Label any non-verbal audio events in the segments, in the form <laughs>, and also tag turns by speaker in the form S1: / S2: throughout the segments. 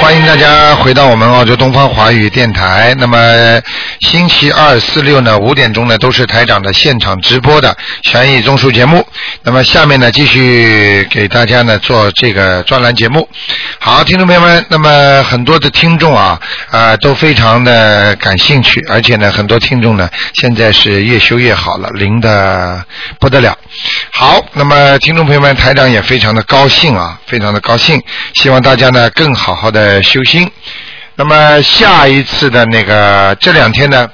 S1: 欢迎大家回到我们澳洲东方华语电台。那么星期二、四、六呢，五点钟呢都是台长的现场直播的悬疑综述节目。那么下面呢，继续给大家呢做这个专栏节目。好，听众朋友们，那么很多的听众啊啊、都非常的感兴趣，而且呢，很多听众呢现在是越修越好了，灵的不得了。好，那么听众朋友们，台长也非常的高兴啊，非常的高兴，希望大家呢更好好的修心。那么下一次的那个这两天呢，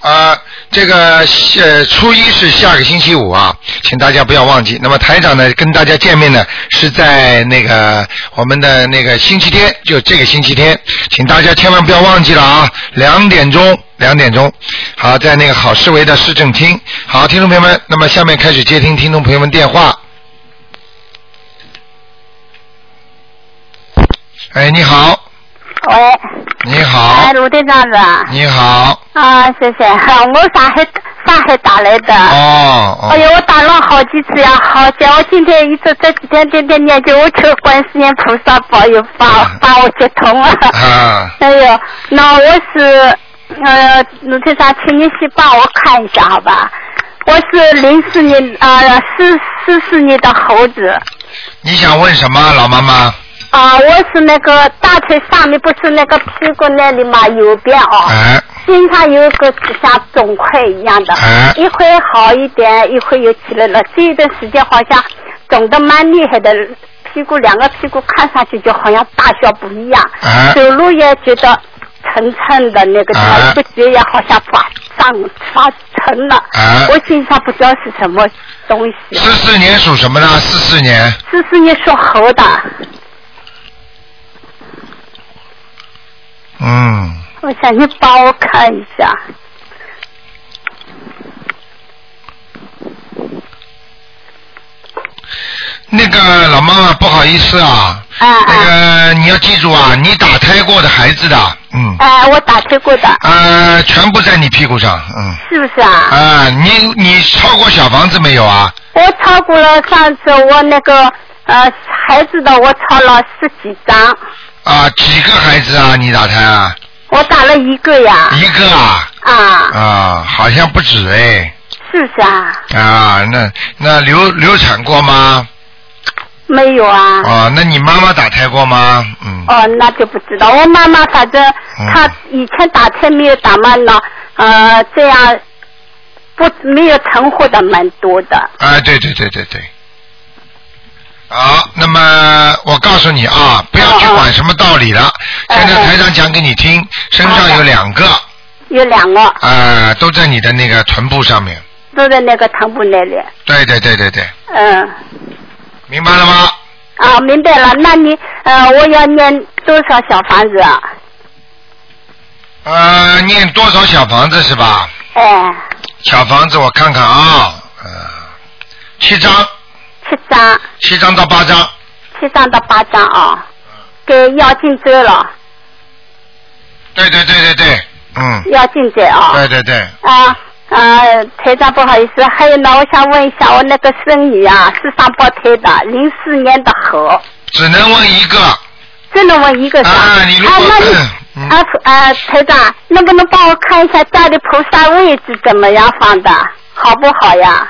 S1: 啊，这个呃初一是下个星期五啊，请大家不要忘记。那么台长呢跟大家见面呢是在那个我们的那个星期天，就这个星期天，请大家千万不要忘记了啊，两点钟，两点钟，好，在那个好市委的市政厅。好，听众朋友们，那么下面开始接听听众朋友们电话。哎，你好，
S2: 喂，
S1: 你好
S2: 哎，，卢队长子啊，
S1: 你好，
S2: 啊，谢 <laughs> 谢，我上海上海打来的，
S1: 哦哦
S2: 哎。呦，我打了好几次呀，好家伙，我今天一直这几天天天念经，我求观世音菩萨保佑，把
S1: 嗯
S2: 把我接通了。
S1: 啊，
S2: <laughs> 哎呦，那我是呃，卢队长，请你先帮我看一下好吧？我是零四年啊，四四四年的猴子
S1: 你想问什么，老妈妈？
S2: 啊、我是那个大腿上面不是那个屁股那里嘛，右边哦。
S1: 哎，
S2: 经常有一个像肿块一样的
S1: 哎，
S2: 一会好一点，一会又起来了。这一段时间好像肿得蛮厉害的，屁股两个屁股看上去就好像大小不一样，
S1: 哎
S2: 走路也觉得沉沉的，那个
S1: 哎
S2: 感觉也好像发胀发沉了
S1: 哎。
S2: 我经常不知道是什么东西。
S1: 四四年属什么呢？四四年，
S2: 这是你属猴的，
S1: 嗯，
S2: 我想你帮我看一下。
S1: 那个老妈妈不好意思啊，
S2: 哎
S1: 那
S2: 哎
S1: 个你要记住啊，你打胎过的孩子的，嗯，
S2: 哎，我打听过的，
S1: 呃，全部在你屁股上，嗯，
S2: 是不是啊？
S1: 啊，你你超过小房子没有啊？
S2: 我超过了上次我那个呃孩子的，我超了十几张，
S1: 啊，几个孩子啊？你打胎啊？
S2: 我打了一个呀，
S1: 一个啊？
S2: 啊，
S1: 啊，好像不止哎，
S2: 是不是啊？
S1: 啊，那那流流产过吗？
S2: 没有啊，
S1: 啊，那你妈妈打胎过吗？嗯。
S2: 哦，那就不知道。我妈妈反正
S1: 嗯
S2: 她以前打胎没有打满呢，呃，这样不没有存活的蛮多的，
S1: 啊，对对对对对。好，那么我告诉你啊，不要去管什么道理了。
S2: 嗯嗯
S1: 现在台长讲给你听，身上有两个，
S2: 有两个
S1: 啊，都在你的那个臀部上面。
S2: 都在那个臀部那里，
S1: 对对对对对，
S2: 嗯。
S1: 明白了吗？
S2: 啊，明白了。那你呃，我要念多少小房子啊？
S1: 呃，念多少小房子是吧？
S2: 哎，
S1: 小房子我看看啊，呃，七张，
S2: 七张。
S1: 七张到八张，
S2: 七张到八张啊、给要进周了，
S1: 对对对对对，嗯，
S2: 要进周啊、
S1: 对对对，
S2: 啊呃，台长不好意思，还有呢，我想问一下，我那个孙女啊，是双胞胎的，零四年的猴，
S1: 只能问一个，
S2: 只能问一个是吧
S1: 啊你如果
S2: 啊，那你
S1: 嗯
S2: 啊啊，台长，能不能帮我看一下家里菩萨位置怎么样放的，好不好呀？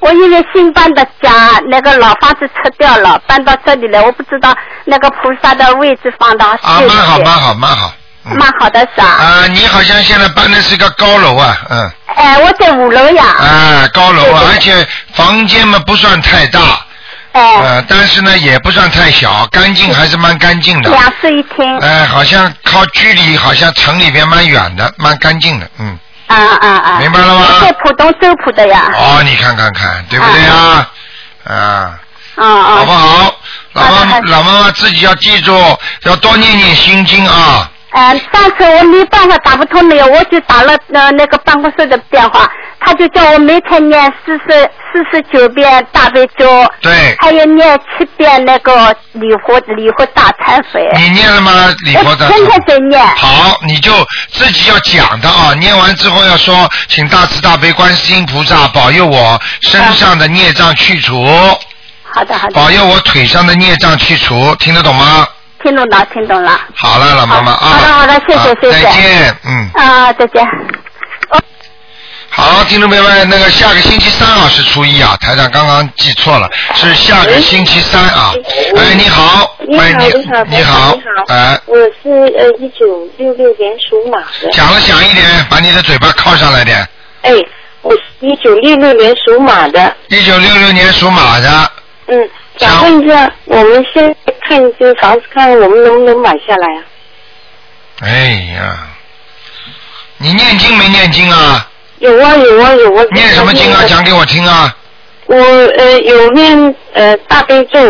S2: 我因为新搬的家，那个老房子撤掉了，搬到这里来，我不知道那个菩萨的位置放的
S1: 啊，
S2: 对不
S1: 蛮
S2: 对？
S1: 好蛮好蛮好，嗯。
S2: 蛮好的是吧？
S1: 啊，你好像现在搬的是一个高楼啊，嗯，
S2: 哎，我在五楼呀。
S1: 啊，高楼啊，
S2: 对对
S1: 而且房间嘛不算太大，
S2: 哎，
S1: 呃，但是呢也不算太小，干净还是蛮干净的。
S2: 两室一厅。
S1: 哎、好像靠距离，好像城里边蛮远的，蛮干净的，嗯。
S2: 啊啊啊！
S1: 明白了吗
S2: 我在浦东周浦的呀。
S1: 哦，你看看看，对不对啊？
S3: 哦
S1: 啊，
S2: 啊啊。
S1: 好不好？老妈妈
S2: 好的好的
S1: 老妈妈自己要记住，要多念念心经啊。
S2: 嗯，上次我没办法打不通你，我就打了呃那个办公室的电话，
S3: 他就叫我每天念四十四十九遍大悲咒，
S1: 对，
S2: 哎
S3: 还有念七遍那个礼佛礼佛大忏悔。
S1: 你念了吗？嗯礼佛
S3: 我
S2: 哎
S1: 的。
S3: 天天在念。
S1: 好，你就自己要讲的啊，念完之后要说，请大慈大悲观世音菩萨保佑我身上的孽障去除，
S3: 好的好的，
S1: 保佑我腿上的孽障去除，听得懂吗？
S3: 听懂了听懂了。
S1: 好了，老妈妈啊，
S3: 好的好的谢谢
S1: 啊
S3: 谢谢
S1: 再见，嗯，
S3: 啊，再见。
S1: 好，听众朋友们，那个下个星期三啊是初一啊，台长刚刚记错了，是下个星期三啊。
S3: 嗯
S1: 哎，你好，
S4: 你好
S1: 哎，
S4: 你好
S1: 你好
S4: 你好，
S1: 哎，
S4: 我是呃一九六六年属马的，
S1: 讲了响一点，把你的嘴巴靠上来点。
S4: 哎，我是一九六六年属马的，
S1: 一九六六年属马的，
S4: 嗯，
S1: 想
S4: 想问一下，我们先看一间房子，看我们能不能买下来啊？
S1: 哎呀，你念经没念经啊？
S4: 有啊有啊有啊，
S1: 念什么经啊？讲给我听啊！
S4: 我呃有念呃大悲咒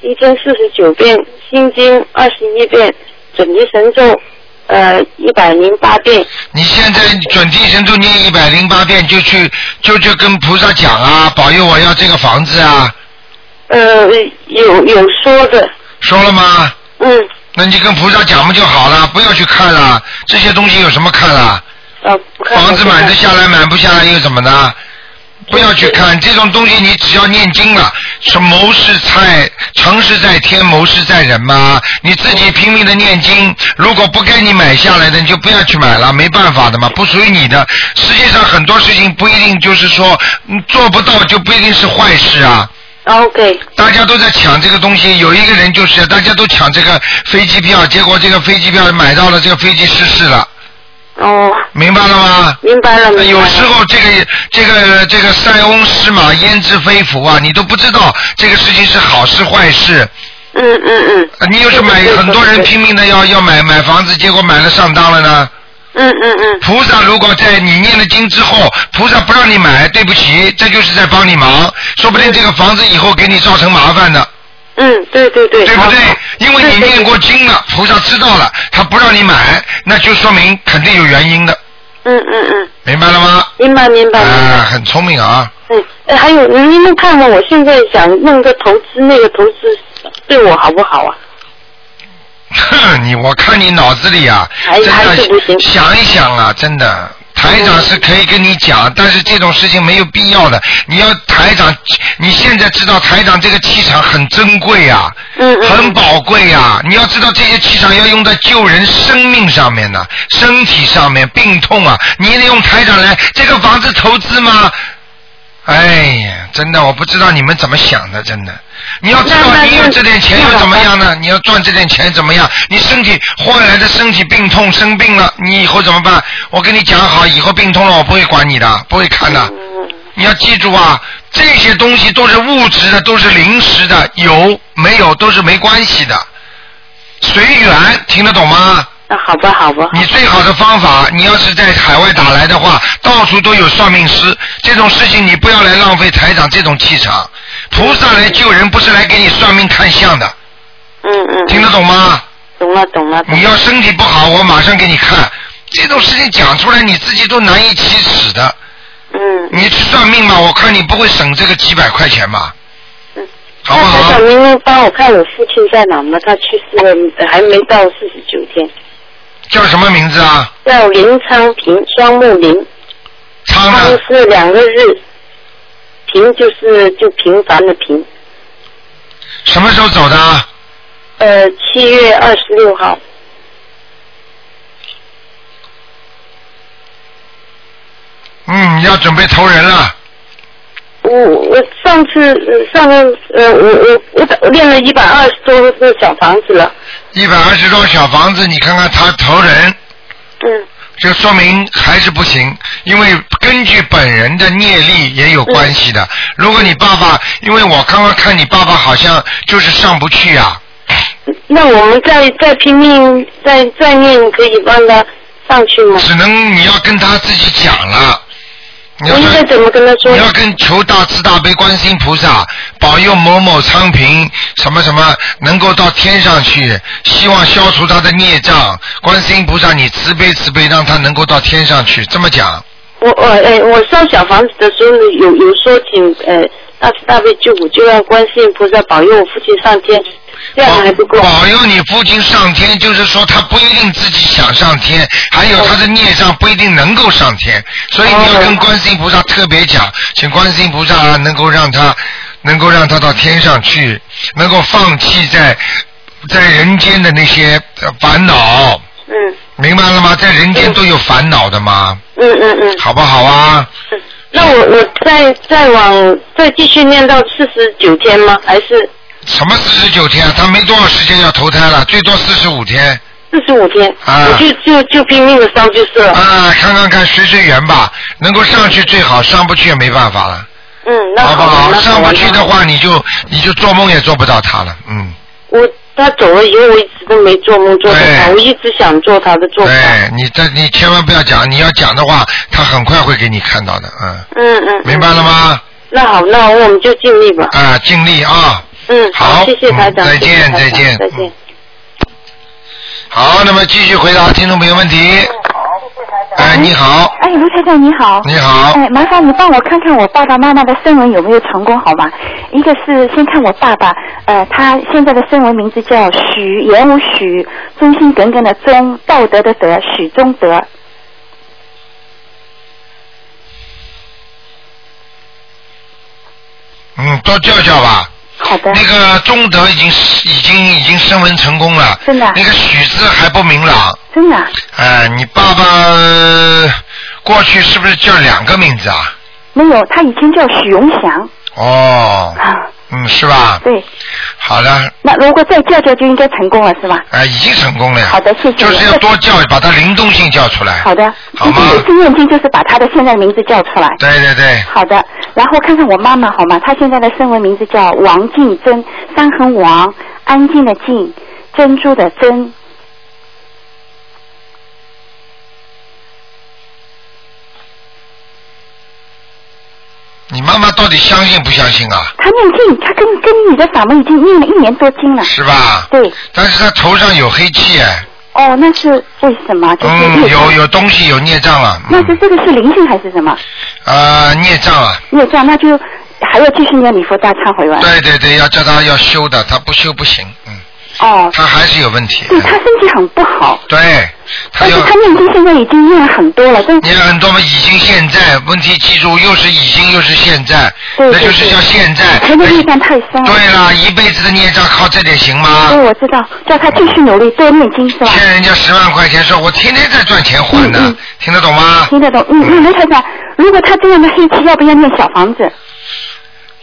S4: 一天四十九遍，心经二十一遍，准提神咒呃一百零八遍，
S1: 你现在准提神咒念一百零八遍，就去就就跟菩萨讲啊，保佑我要这个房子啊，
S4: 呃有有说的，
S1: 说了吗？
S4: 嗯，
S1: 那你就跟菩萨讲不就好了？不要去看了，这些东西有什么看啊？
S4: 呃不看了
S1: 房子
S4: 不看
S1: 买
S4: 了
S1: 得下来，买不下来又怎么呢？不要去看这种东西，你只要念经了，是谋事在成事在天，谋事在人嘛。你自己拼命的念经，如果不该你买下来的，你就不要去买了，没办法的嘛，不属于你的。世界上很多事情不一定就是说嗯做不到，就不一定是坏事啊。
S4: 哦 OK，
S1: 大家都在抢这个东西，有一个人就是大家都抢这个飞机票，结果这个飞机票买到了，这个飞机失事了，
S4: 哦，
S1: 明白了吗？
S4: 明白了，明
S1: 呃
S4: 白了。
S1: 有时候这个这个这个塞翁失马焉知非福啊，你都不知道这个事情是好是坏事。
S4: 嗯嗯
S1: 呃你又是买
S4: 对对对
S1: 很多人
S4: 对对
S1: 拼命的要要买买房子，结果买了上当了呢。
S4: 嗯嗯嗯
S1: 菩萨如果在你念了经之后，菩萨不让你买，对不起，这就是在帮你忙，说不定这个房子以后给你造成麻烦的。
S4: 嗯，对对对，
S1: 对不对
S4: 好？
S1: 因为你
S4: 对对
S1: 念过经了，菩萨知道了，他不让你买，那就说明肯定有原因的，
S4: 嗯嗯嗯，
S1: 明白了吗？
S4: 明白明
S1: 啊、
S4: 白明白。
S1: 很聪明啊！
S4: 嗯，哎还有您能不能看看我现在想弄个投资，那个投资对我好不好啊？
S1: 哼， <laughs> 你我看你脑子里啊，
S4: 还
S1: 真
S4: 还是不
S1: 的
S4: 行嗯
S1: 想一想啊，真的。台长是可以跟你讲，但是这种事情没有必要的。你要台长，你现在知道台长这个气场很珍贵啊，
S4: 嗯嗯，
S1: 很宝贵呀、你要知道，这些气场要用在救人生命上面呢、身体上面病痛啊，你也得用台长来。这个房子投资吗？哎呀，真的，我不知道你们怎么想的，真的。你要知道
S4: 那，那
S1: 你有
S4: 那
S1: 这点钱
S4: 那
S1: 又怎么
S4: 老
S1: 样呢？你要赚这点钱怎么样？你身体换来的身体病痛生病了，你以后怎么办？我跟你讲好，以后病痛了我不会管你的，不会看的。
S4: 嗯
S1: 你要记住啊，这些东西都是物质的，都是临时的，有没有都是没关系的，随缘，听得懂吗？
S4: 那啊好吧好吧，
S1: 你最好的方法，你要是在海外打来的话，到处都有算命师，这种事情你不要来浪费台长这种气场。菩萨来救人，不是来给你算命看相的，
S4: 嗯嗯，
S1: 听得懂吗？
S4: 懂了懂了，懂
S1: 你
S4: 了
S1: 要身体不好，我马上给你看。这种事情讲出来，你自己都难以启齿的。
S4: 嗯
S1: 你去算命嘛，我看你不会省这个几百块钱吧？
S4: 嗯，
S1: 好不
S4: 那台
S1: 好
S4: 长，？您能帮我看我父亲在哪吗？他去世了，还没到四十九天，
S1: 叫什么名字啊？
S4: 叫林昌平，双木林，
S1: 苍
S4: 昌
S1: 呢？
S4: 是两个日，平就是就平凡的平。
S1: 什么时候走的啊？
S4: 呃，七月二十六号，
S1: 嗯，要准备投人了。
S4: 我我上次呃上次呃我我我打我练了一百二十多个小房子了，
S1: 一百二十幢小房子，你看看他投人，
S4: 嗯
S1: 这说明还是不行，因为根据本人的业力也有关系
S4: 嗯
S1: 的。如果你爸爸，因为我刚刚看你爸爸好像就是上不去啊，
S4: 那我们再再拼命再再念可以帮他上去吗？
S1: 只能你要跟他自己讲了。你
S4: 我
S1: 要
S4: 应
S1: 说
S4: 该怎么跟他说
S1: 你？要跟求大慈大悲观世音菩萨保佑某某昌平什么什么能够到天上去，希望消除他的孽障。观世音菩萨，你慈悲慈悲，让他能够到天上去。这么讲，
S4: 我我呃我烧小房子的时候呢，有有说请呃大慈大悲救苦救难观世音菩萨保佑我父亲上天，这样还不够。
S1: 保佑你父亲上天，就是说他不一定自己想上天，还有他的孽障不一定能够上天，所以你要跟观世音菩萨特别讲，请观世音菩萨啊能够让他能够让他到天上去，能够放弃在在人间的那些呃烦恼，
S4: 嗯
S1: 明白了吗？在人间都有烦恼的嘛，
S4: 嗯嗯嗯。
S1: 好不好啊？
S4: 嗯那我我再再往再继续念到四十九天吗？还是
S1: 什么四十九天啊？他没多少时间要投胎了，最多四十五天。
S4: 四十五天？
S1: 啊
S4: 我就就就拼命的烧就是了。
S1: 啊，看看看，随随缘吧，能够上去最好，上不去也没办法了，
S4: 嗯，那
S1: 不
S4: 吧
S1: 好？
S4: 那
S1: 上
S4: 吧
S1: 不去
S4: 那
S1: 的话，你就你就做梦也做不到他了，嗯，
S4: 我他走了以后，我一直都没做梦做到他，
S1: 对
S4: 我一直想做他的做法。
S1: 对，哎你这你千万不要讲，你要讲的话，他很快会给你看到的，嗯，
S4: 嗯嗯。
S1: 明白了？吗？
S4: 那好，那我们就尽力吧。
S1: 啊，尽力啊，
S4: 嗯，
S1: 好
S4: 谢谢台
S1: 嗯
S4: 长，
S1: 再
S4: 谢谢
S1: 见
S4: 台
S1: 再
S4: 长
S1: 见
S4: 再
S5: 嗯
S4: 见。
S1: 好，那么继续回答听众朋友问题。哎，你好，
S2: 哎，卢台长你好。
S1: 你好，
S2: 哎，麻烦你帮我看看我爸爸妈妈的声纹有没有成功好吗？一个是先看我爸爸，呃，他现在的声纹名字叫许言无许，忠心耿耿的忠，道德的德，许忠德。
S1: 嗯，多叫叫吧。
S2: 好的，
S1: 那个中德已经已经已经升温成功了，
S2: 真的啊
S1: 那个许字还不明朗，
S2: 真的啊
S1: 哎，你爸爸呃过去是不是叫两个名字啊？
S2: 没有，他以前叫许荣祥。
S1: 哦，
S2: 啊，
S1: 嗯，是吧？
S2: 对，
S1: 好了，
S2: 那如果再叫叫就应该成功了是吧？
S1: 哎，已经成功了呀。
S2: 好的谢谢
S1: 就是要多叫，把它灵动性叫出来。
S2: 好的，
S1: 好吗
S2: 就是经念经就是把他的现在名字叫出来。
S1: 对对对，
S2: 好的，然后看看我妈妈好吗？她现在的声纹名字叫王静珍，三横王，安静的静，珍珠的珍。
S1: 你妈妈到底相信不相信啊？
S2: 她念经，她跟跟你的嗓门已经念了一年多经了。
S1: 是吧？
S2: 对，
S1: 但是她头上有黑气哎，
S2: 哦，那是为什么？就是
S1: 嗯，
S2: 孽障
S1: 有。有东西有孽障了，
S2: 那是
S1: 嗯，
S2: 这个是灵性还是什么？
S1: 呃，孽障啊。
S2: 孽障，那就还要继续念礼佛大忏悔文。
S1: 对对对，要叫他要修的，他不修不行，嗯，
S2: 哦，
S1: 他还是有问题。
S2: 对，她
S1: 嗯
S2: 身体很不好，
S1: 对，他
S2: 但
S1: 要
S2: 是她念经现在已经念了很多了，但 <laughs>
S1: 你很多嘛，已经现在问题，记住又是已经又是现在，
S2: 对
S1: 那就是
S2: 对对
S1: 叫现在。
S2: 她的孽
S1: 哎
S2: 障太深了。
S1: 对啊啦，一辈子的孽障靠这点行吗
S2: 对，？我知道，叫她继续努力多念经是吧？
S1: 欠人家十万块钱，说我天天在赚钱还呢
S2: 嗯嗯，
S1: 听得懂吗？
S2: 听得懂。嗯，嗯，卢台长，如果他这样的黑气，要不要念小房子？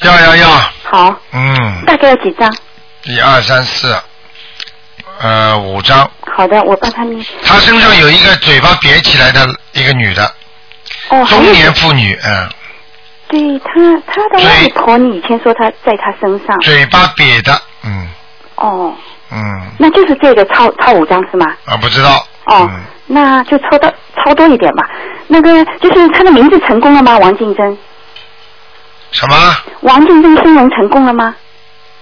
S1: 要要要，
S2: 好，
S1: 嗯，
S2: 大概要几张？
S1: 一二三四，呃，五张。
S2: 好的，我帮他念。
S1: 他身上有一个嘴巴瘪起来的一个女的，
S2: 哦，还
S1: 中
S2: 有
S1: 年妇女，嗯。
S2: 对他，他的外婆，你以前说他在他身上。
S1: 嘴巴瘪的，嗯
S2: 哦，
S1: 嗯，
S2: 那就是这个超超五张是吗？
S1: 啊不知道，
S2: 哦，
S1: 嗯，
S2: 那就超到超多一点吧。那个就是他的名字成功了吗？王静珍，
S1: 什么？
S2: 王静珍声纹成功了吗？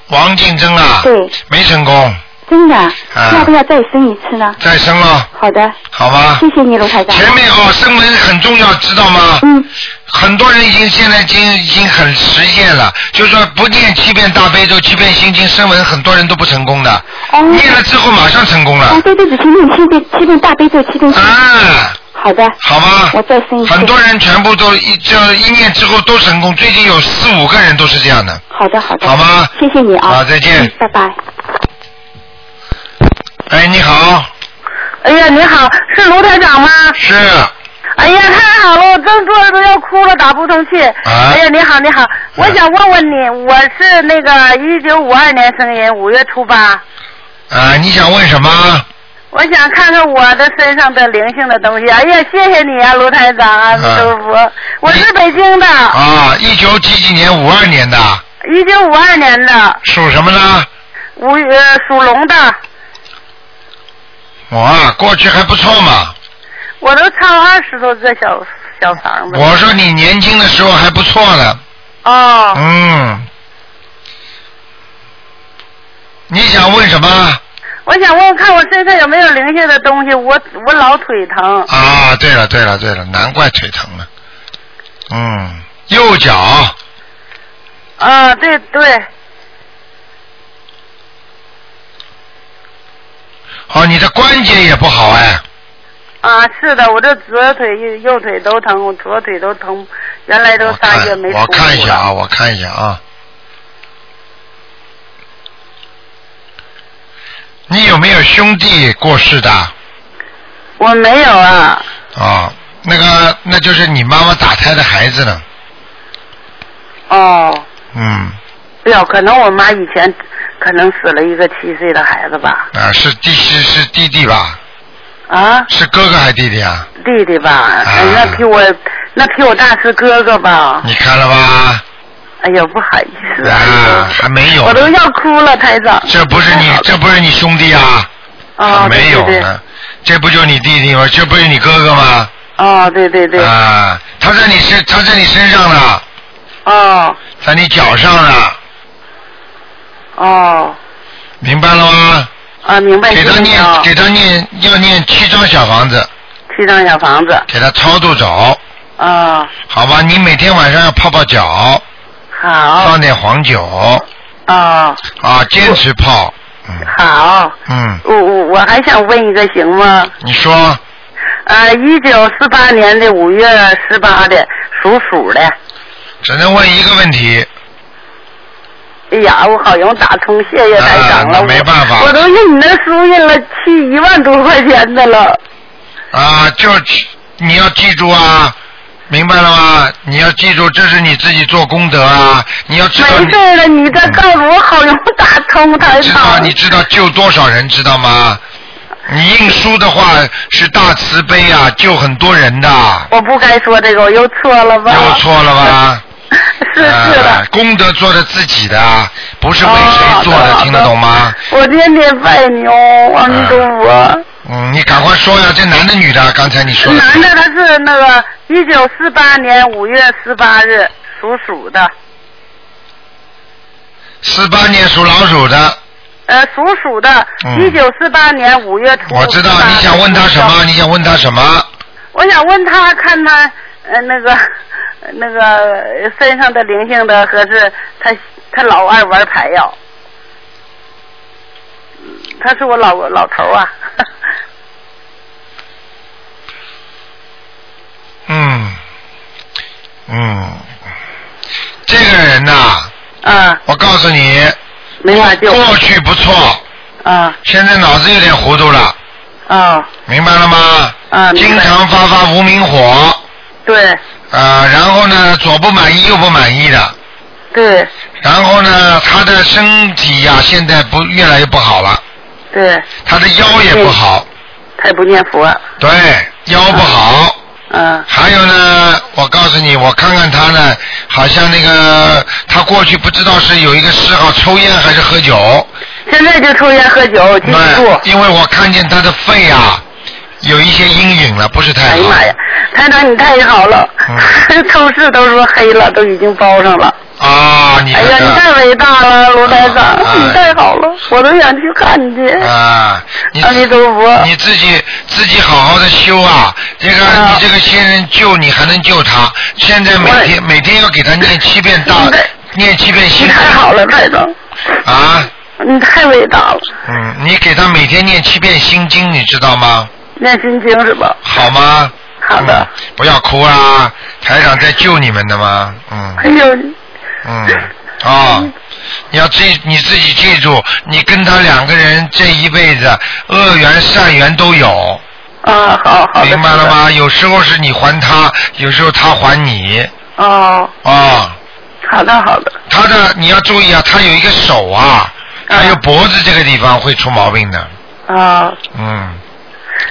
S1: 王竞争啊？
S2: 对，
S1: 没成功，
S2: 真的啊，啊
S1: 啊
S2: 要不要再生一次呢？
S1: 再生了，
S2: 好的，
S1: 好吗
S2: 谢？谢你，卢台
S6: 嗯
S2: 长。
S1: 前面哦，生门很重要，知道吗？
S2: 嗯，
S1: 很多人已经现在已经已经很实践了，就是说不念七遍大悲咒、七遍心经，声纹很多人都不成功的，
S2: 哦，
S6: 嗯
S1: 念了之后马上成功
S2: 哦
S1: 了，，
S2: 对对，只是念七遍七遍大悲咒，
S6: 嗯
S2: 七遍心经。
S1: 啊，
S2: 好的，
S1: 好吗？
S2: 我再生一次。
S1: 很多人全部都一这一念之后都成功，最近有四五个人都是这样的。
S2: 好的，好的。
S1: 好吗
S2: 谢谢你啊。
S1: 好再见
S2: 嗯拜拜。
S1: 哎，你好，
S6: 哎呀，你好，是卢台长吗？
S1: 是啊
S6: 哎呀，太好了，我正坐着都要哭了，打不通气。哎呀，你好，你好，我想问问你，我是那个一九五二年生人，五月初八，
S1: 啊，你想问什么？
S6: 我想看看我的身上的灵性的东西。哎呀，谢谢你啊，卢台长啊，弥陀佛，我是北京的，
S1: 啊，一九几几年，五二年的，
S6: 一九五二年的，
S1: 属什么呢？
S6: 五呃属龙的，
S1: 我啊，过去还不错嘛。
S6: 我都抄二十多个小小房子。
S1: 我说你年轻的时候还不错呢。
S6: 哦，
S1: 嗯。你想问什么？
S6: 我想问问看我身上有没有灵性的东西，我我老腿疼。
S1: 啊啊，对了对了对了，难怪腿疼了。嗯，右脚。
S6: 啊，对对。
S1: 哦，你的关节也不好哎。
S6: 啊，是的，我这左腿、右右腿都疼，我左腿都疼，原来都仨月没出
S1: 我看一下啊，我看一下啊。你有没有兄弟过世的？
S6: 我没有啊。
S1: 哦，那个，那就是你妈妈打胎的孩子呢。
S6: 哦，
S1: 嗯，
S6: 哎呦，可能我妈以前可能死了一个七岁的孩子吧，
S1: 啊，是弟是是弟弟吧？
S6: 啊，
S1: 是哥哥还是弟弟啊？
S6: 弟弟吧，哎那比我那比我大是哥哥吧？
S1: 你看了吧？
S6: 哎呦，不好意思，
S1: 啊，还没有
S6: 我
S1: 呢。
S6: 都要哭了，台长。
S1: 这不是你，这不是你兄弟啊？
S6: 啊，
S1: 还没有
S6: 对对对
S1: 呢，这不就是你弟弟吗？这不是你哥哥吗？
S6: 哦，对对对，
S1: 啊，他在你身，他在你身上呢，
S6: 哦
S1: 在你脚上呢，
S6: 哦，
S1: 明白了吗？
S6: 啊，明白。
S1: 给他
S6: 谢谢你
S1: 念，
S6: 啊
S1: 给他念，要念七张小房子，
S6: 七张小房子，
S1: 给他超度走，
S6: 啊，
S1: 好吧？你每天晚上要泡泡脚，
S6: 好
S1: 放，点黄酒，
S6: 啊，
S1: 啊，坚持泡，
S6: 好，
S1: 嗯，
S6: 我我我还想问一个行吗？
S1: 你说
S6: 啊，一九四八年的五月十八的，属鼠的。
S1: 只能问一个问题，
S6: 哎呀，我好容易打通，谢谢台长了。
S1: 啊那没办法
S6: 我我都用你那输印了去一万多块钱的了。
S1: 啊，就你要记住啊，明白了吗？你要记住，这是你自己做功德啊，你要知道
S6: 没
S1: 你
S6: 事。儿了，你再告诉我，好容易打通台
S1: 知道
S6: 长。
S1: 嗯你知道救多少人知道吗？你印书的话是大慈悲啊，救很多人的，
S6: 我不该说这个，我又错了吧？
S1: 又错了吧？
S6: <laughs> 是是的。
S1: 呃功德做的自己的，啊不呃是为谁做的，
S6: 哦
S1: 听得懂吗？？
S6: 好的我天天拜牛，阿弥陀佛。
S1: 嗯，你赶快说呀，这男的女的？刚才你说的
S6: 男的他是那个一九四八年五月十八日属鼠的，
S1: 四八年属老鼠的，
S6: 呃，属鼠的，
S1: 嗯
S6: 一九四八年五月初。
S1: 我知道你想问他什么，？你想问他什么？
S6: 我想问他看他呃那个呃那个呃身上的灵性的，和是他他老爱玩牌呀。嗯他是我老老头啊，
S1: 嗯，嗯，这个人呐、
S6: 啊，
S1: 我告诉你，
S6: 没法救
S1: 过去不错，
S6: 啊
S1: 现在脑子有点糊涂了，
S6: 啊
S1: 明白了吗？
S6: 啊！明
S1: 经
S6: 白
S1: 常发发无名火，
S6: 对
S1: 呃，然后呢，左不满意右不满意的，
S6: 对
S1: 然后呢，他的身体呀、现在不越来越不好了，
S6: 对，
S1: 他的腰也不好，
S6: 他也不念佛，
S1: 对，腰不好。
S6: 嗯、
S1: 还有呢，我告诉你，我看看他呢，好像那个他过去不知道是有一个嗜好，抽烟还是喝酒。
S6: 现在就抽烟喝酒，记不住。
S1: 对，因为我看见他的肺啊，有一些阴影了，不是太
S6: 哎
S1: 好。
S6: 呀妈呀，台长你太好了，
S1: 嗯
S6: <laughs> 透视都说黑了，都已经包上了。
S1: 啊，你
S6: 哎
S1: 看
S6: 呀，你
S1: 看
S6: 太伟大了，罗台长，
S1: 哎
S6: 你太好了，我都想去看去。
S1: 啊，你
S6: 阿弥陀佛，
S1: 你自己自己好好的修啊，这个、
S6: 啊
S1: 你这个仙人救你还能救他，现在每天每天要给他念七遍大
S6: 你的，
S1: 念七遍
S6: 你
S1: 心经
S6: 太好了，台长，
S1: 啊，
S6: 你太伟大了，
S1: 嗯，你给他每天念七遍心经，你知道吗？
S6: 念心经是吧？
S1: 好吗？
S6: 好的。
S1: 嗯不要哭啊，台长在救你们的嘛，嗯
S6: 哎呦，
S1: 嗯，
S6: <laughs>
S1: 啊、你要记你自己记住，你跟他两个人这一辈子恶缘善缘都有，
S6: 啊，好好的。
S1: 明白了？吗？有时候是你还他，有时候他还你
S6: 哦，
S1: 啊、
S6: 好的好的，
S1: 他的你要注意啊，他有一个手啊，还有脖子这个地方会出毛病的，
S6: 啊，
S1: 嗯。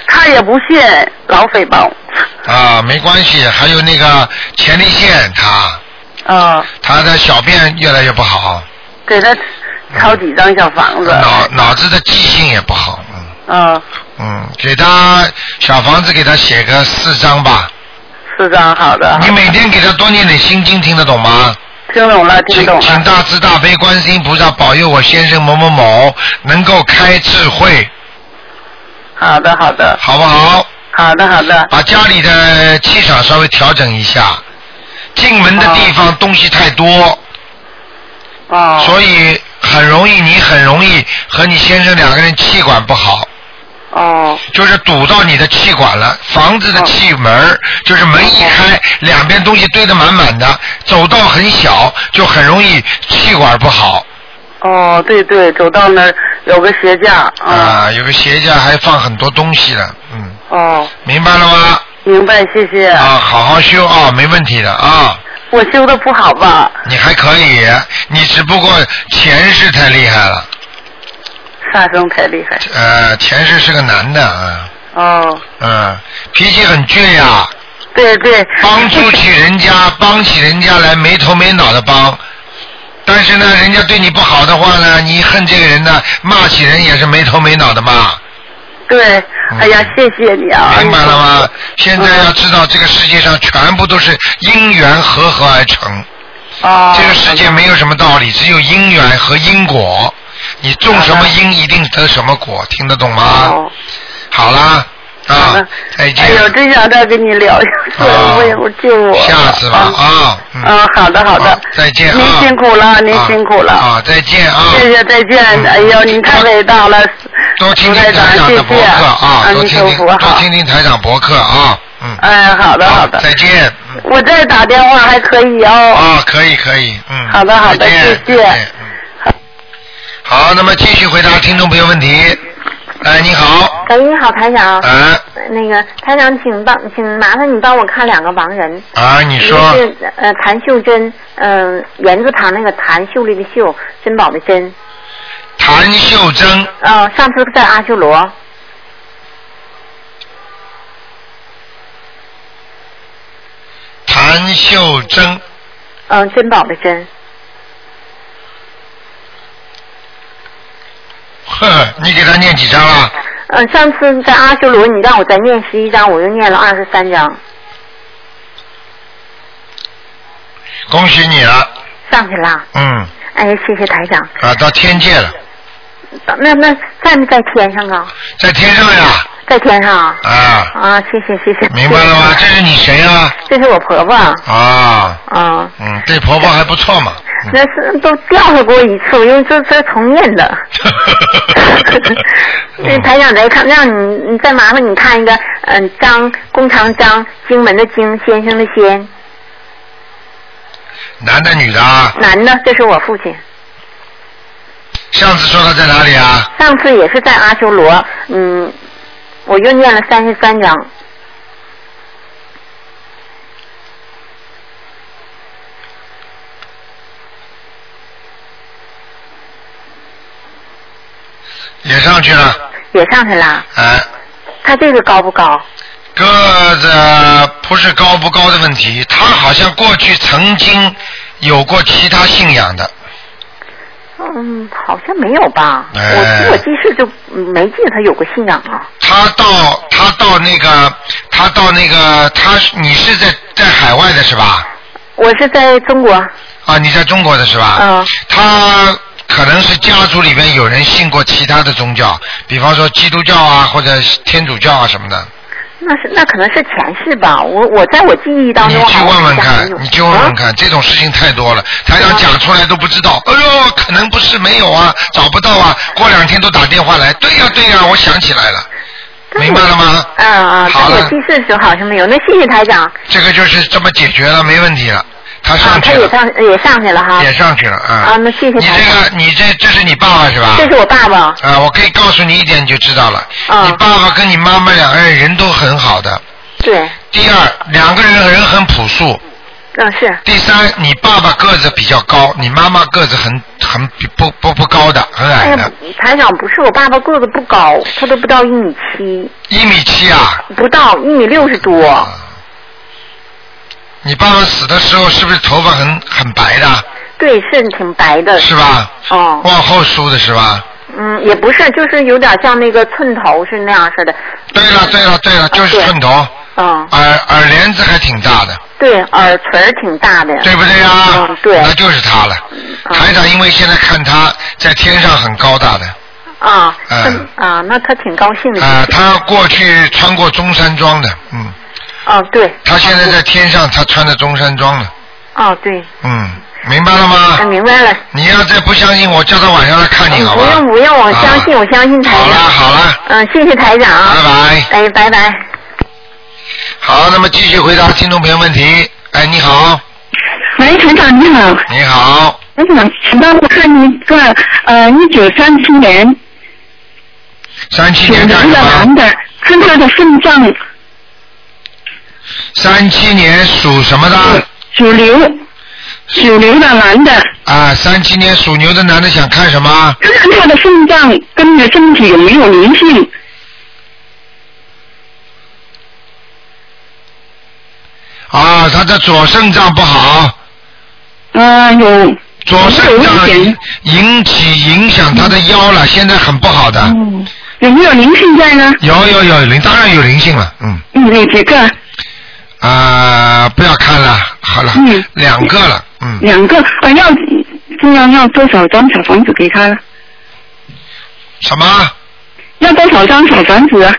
S6: 他也不信，老诽谤，
S1: 啊，没关系，还有那个前列腺，他
S6: 啊，
S1: 他的小便越来越不好，
S6: 给他抄几张小房子，
S1: 脑脑子的记性也不好，嗯
S6: 啊，
S1: 嗯，给他小房子给他写个四张吧，
S6: 四张，好的，
S1: 你每天给他多念点心经，听得懂吗？
S6: 听懂了，听
S1: 请
S6: 懂啊
S1: 请
S6: 了，
S1: 大慈大悲观世音菩萨保佑我先生某某某能够开智慧，
S6: 好的好的，
S1: 好不好？
S6: 好的好的，
S1: 把家里的气场稍微调整一下。进门的地
S6: 啊
S1: 方东西太多。
S6: 哦。
S1: 所以很容易，你很容易和你先生两个人气管不好。
S6: 哦。
S1: 就是堵到你的气管了，房子的气门儿就是门一开，两边东西堆得满满的，走道很小，就很容易气管不好
S6: 哦，对对，走到那儿有个鞋架。
S1: 啊。有个鞋架还放很多东西了，嗯，
S6: 哦，
S1: 明白了吗？
S6: 明白，谢谢。
S1: 啊，好好修啊，没问题的啊，
S6: 我修的不好吧？
S1: 你还可以，你只不过前世太厉害了，
S6: 杀生太厉害。
S1: 呃，前世是个男的啊，
S6: 哦，
S1: 嗯，脾气很倔呀、
S6: 对对。
S1: 帮助起人家， <laughs> 帮起人家来没头没脑的帮。但是呢，人家对你不好的话呢，你恨这个人呢，骂起人也是没头没脑的骂，
S6: 对，哎呀，谢谢你啊！
S1: 嗯明白了吗？现在要知道，这个世界上全部都是因缘和合而成。
S6: 啊。嗯
S1: 这个世界没有什么道理，只有因缘和因果。你种什么因，一定得什么果，听得懂
S6: 哦
S1: 吗？好啦，啊，再见
S6: 哎。呦，真想再跟你聊一次，我我救我。
S1: 啊下次吧啊。
S6: 啊，好的好的，
S1: 再见啊
S6: 您辛苦了，您辛苦了。
S1: 啊，再见啊！
S6: 谢谢，再见。哎呦，您太伟大了，
S1: 多听听
S6: 台
S1: 台长
S6: 谢
S1: 的博
S6: 谢
S1: 客啊，
S2: 嗯
S1: 多
S6: 您
S1: 听
S6: 祝
S1: 听
S6: 福
S1: 多
S6: 哈。
S1: 听听台长博客啊，嗯，
S6: 哎，好的好的，
S1: 再见嗯
S6: 我再打电话还可以哦。
S1: 啊，可以可以，嗯，
S6: 好的好的，
S1: 再见哎嗯
S6: 谢谢。
S1: 好，那么继续回答听众朋友问题。哎，你好，
S2: 喂，你好，台长。
S1: 啊
S2: 那个台长，请帮，请麻烦你帮我看两个亡人。
S1: 啊，你
S2: 一
S1: 说
S2: 个是呃谭秀珍，嗯、言字旁那个谭，秀丽的秀，珍宝的珍。
S1: 谭秀珍。
S2: 呃，上次在阿修罗。
S1: 谭秀珍，
S2: 嗯、珍宝的珍。
S1: 呵呵，你给他念几张了？
S2: 嗯、上次在阿修罗，你让我再念十一章，我又念了二十三章，
S1: 恭喜你了，
S2: 上去啦。
S1: 嗯，
S2: 哎呀，谢谢台长。
S1: 啊，到天界了，
S2: 那那在没在天上啊？
S1: 在天上呀。
S2: 在天上啊？
S1: 啊，
S2: 啊，谢谢谢谢。
S1: 明白了吗？这是你谁呀？
S2: 这是我婆婆啊。
S1: 啊，
S2: 啊
S1: 嗯，对婆婆还不错嘛，
S2: 那是都掉下过一次，因为这这重
S1: <laughs>
S2: 念的。那台长再看，让你你再麻烦你看一个，嗯，张工长张荆门的荆，先生的先，
S1: 男的女的啊？
S2: 男的，这是我父亲。
S1: 上次说他在哪里啊？
S2: 上次也是在阿修罗，嗯，我又念了三十三章，
S1: 也上去了。
S2: 也上去了。
S1: 哎，
S2: 他这个高不高？
S1: 个子不是高不高的问题，他好像过去曾经有过其他信仰的，
S2: 嗯，好像没有吧。
S1: 哎
S2: 我我记事就没记他有个信仰啊。
S1: 他到他到那个他到那个他你是在在海外的是吧？
S2: 我是在中国，
S1: 啊，你在中国的是吧？
S2: 嗯。
S1: 他可能是家族里面有人信过其他的宗教，比方说基督教啊，或者天主教啊什么的。
S2: 那是那可能是前世吧。我我在我记忆当中
S1: 你去
S2: 好
S1: 问
S2: 像
S1: 问
S2: 是
S1: 看
S2: 没有，嗯
S1: 你去问问看，这种事情太多了，台长讲出来都不知道。哎呦，可能不是没有啊，找不到啊，过两天都打电话来。对呀、对呀、我想起来了，明白了吗？
S2: 嗯嗯，
S1: 好
S2: 但
S1: 了
S2: 我记事的时候好像没有。那谢谢台长，
S1: 这个就是这么解决了，没问题了。他
S2: 啊
S1: 上，去
S2: 他也
S1: 了，
S2: 上也上去了哈。
S1: 也上去了
S2: 啊，
S1: 啊。
S2: 那谢谢台
S1: 这
S2: 长。
S1: 个，你这这是你爸爸是吧？
S2: 这是我爸爸。
S1: 啊，我可以告诉你一点，你就知道了。
S2: 嗯
S1: 你爸爸跟你妈妈两个人人都很好的。
S2: 对，
S1: 第二，两个人人很朴素。
S2: 嗯是，
S1: 第三，你爸爸个子比较高，你妈妈个子很很不不不高的，很
S2: 哎
S1: 矮
S2: 呀
S1: 的，，
S2: 台长不是我爸爸个子不高，他都不到一米七，
S1: 一米七啊。
S2: 不到一米六十多。
S1: 嗯你爸爸死的时候是不是头发很很白的？
S2: 对，是挺白的。
S1: 是吧？
S2: 哦，
S1: 往后梳的是吧？
S2: 嗯，也不是，就是有点像那个寸头是那样似的。
S1: 对了对了对了，
S2: 啊
S1: 就是寸头，
S2: 嗯，
S1: 耳耳帘子还挺大的，
S2: 对，耳垂儿挺大的。啊
S1: 对不对啊？
S2: 嗯，对。
S1: 那就是他了。台长，因为现在看他在天上很高大的，
S2: 啊，
S1: 嗯
S2: 他啊，那他挺高兴的。
S1: 啊，他过去穿过中山装的，嗯，
S2: 哦，对，
S1: 他现在在天上，他穿着中山装了，
S7: 哦，对，
S1: 嗯，明白了吗？
S7: 嗯明白了。
S1: 你要再不相信我，叫他晚上来看你好
S7: 不
S1: 吧？
S2: 嗯
S7: 用不用，我相信、我相信台
S1: 好了
S7: 长。
S1: 好了，
S7: 嗯，谢谢台长
S1: 拜
S7: 啊。
S1: 拜。
S7: 哎，拜拜。
S1: 好，那么继续回答听众朋友问题。哎，你好，
S6: 喂，团长你好，
S1: 你好，
S6: 我想请帮我看一个呃，一九三七年
S1: 三七
S6: 属
S1: 年
S6: 龙
S1: 干
S6: 的
S1: 什
S6: 男
S1: 么？
S6: 的，看他的肾脏
S1: 三七年属什么
S6: 嗯
S1: 的？
S6: 属牛，属牛的男的，
S1: 啊，三七年属牛的男的想看什么？
S6: 看看他的肾脏跟你的身体有没有联系。
S1: 啊，他的左肾脏不好，
S6: 啊、
S1: 嗯
S6: 有，
S1: 左肾
S6: 有
S1: 脏
S6: 危
S1: 引
S6: 险
S1: 引起影响他的腰了，现在很不好的。
S6: 嗯有没有灵性在呢？
S1: 有有有灵，当然有灵性了，嗯。
S6: 嗯，有几个？
S1: 啊、不要看了，好了，
S6: 嗯
S1: 两个了，嗯，
S6: 两个。呃，要这样要多少张小房子给他呢？
S1: 什么？
S6: 要多少张小房子啊？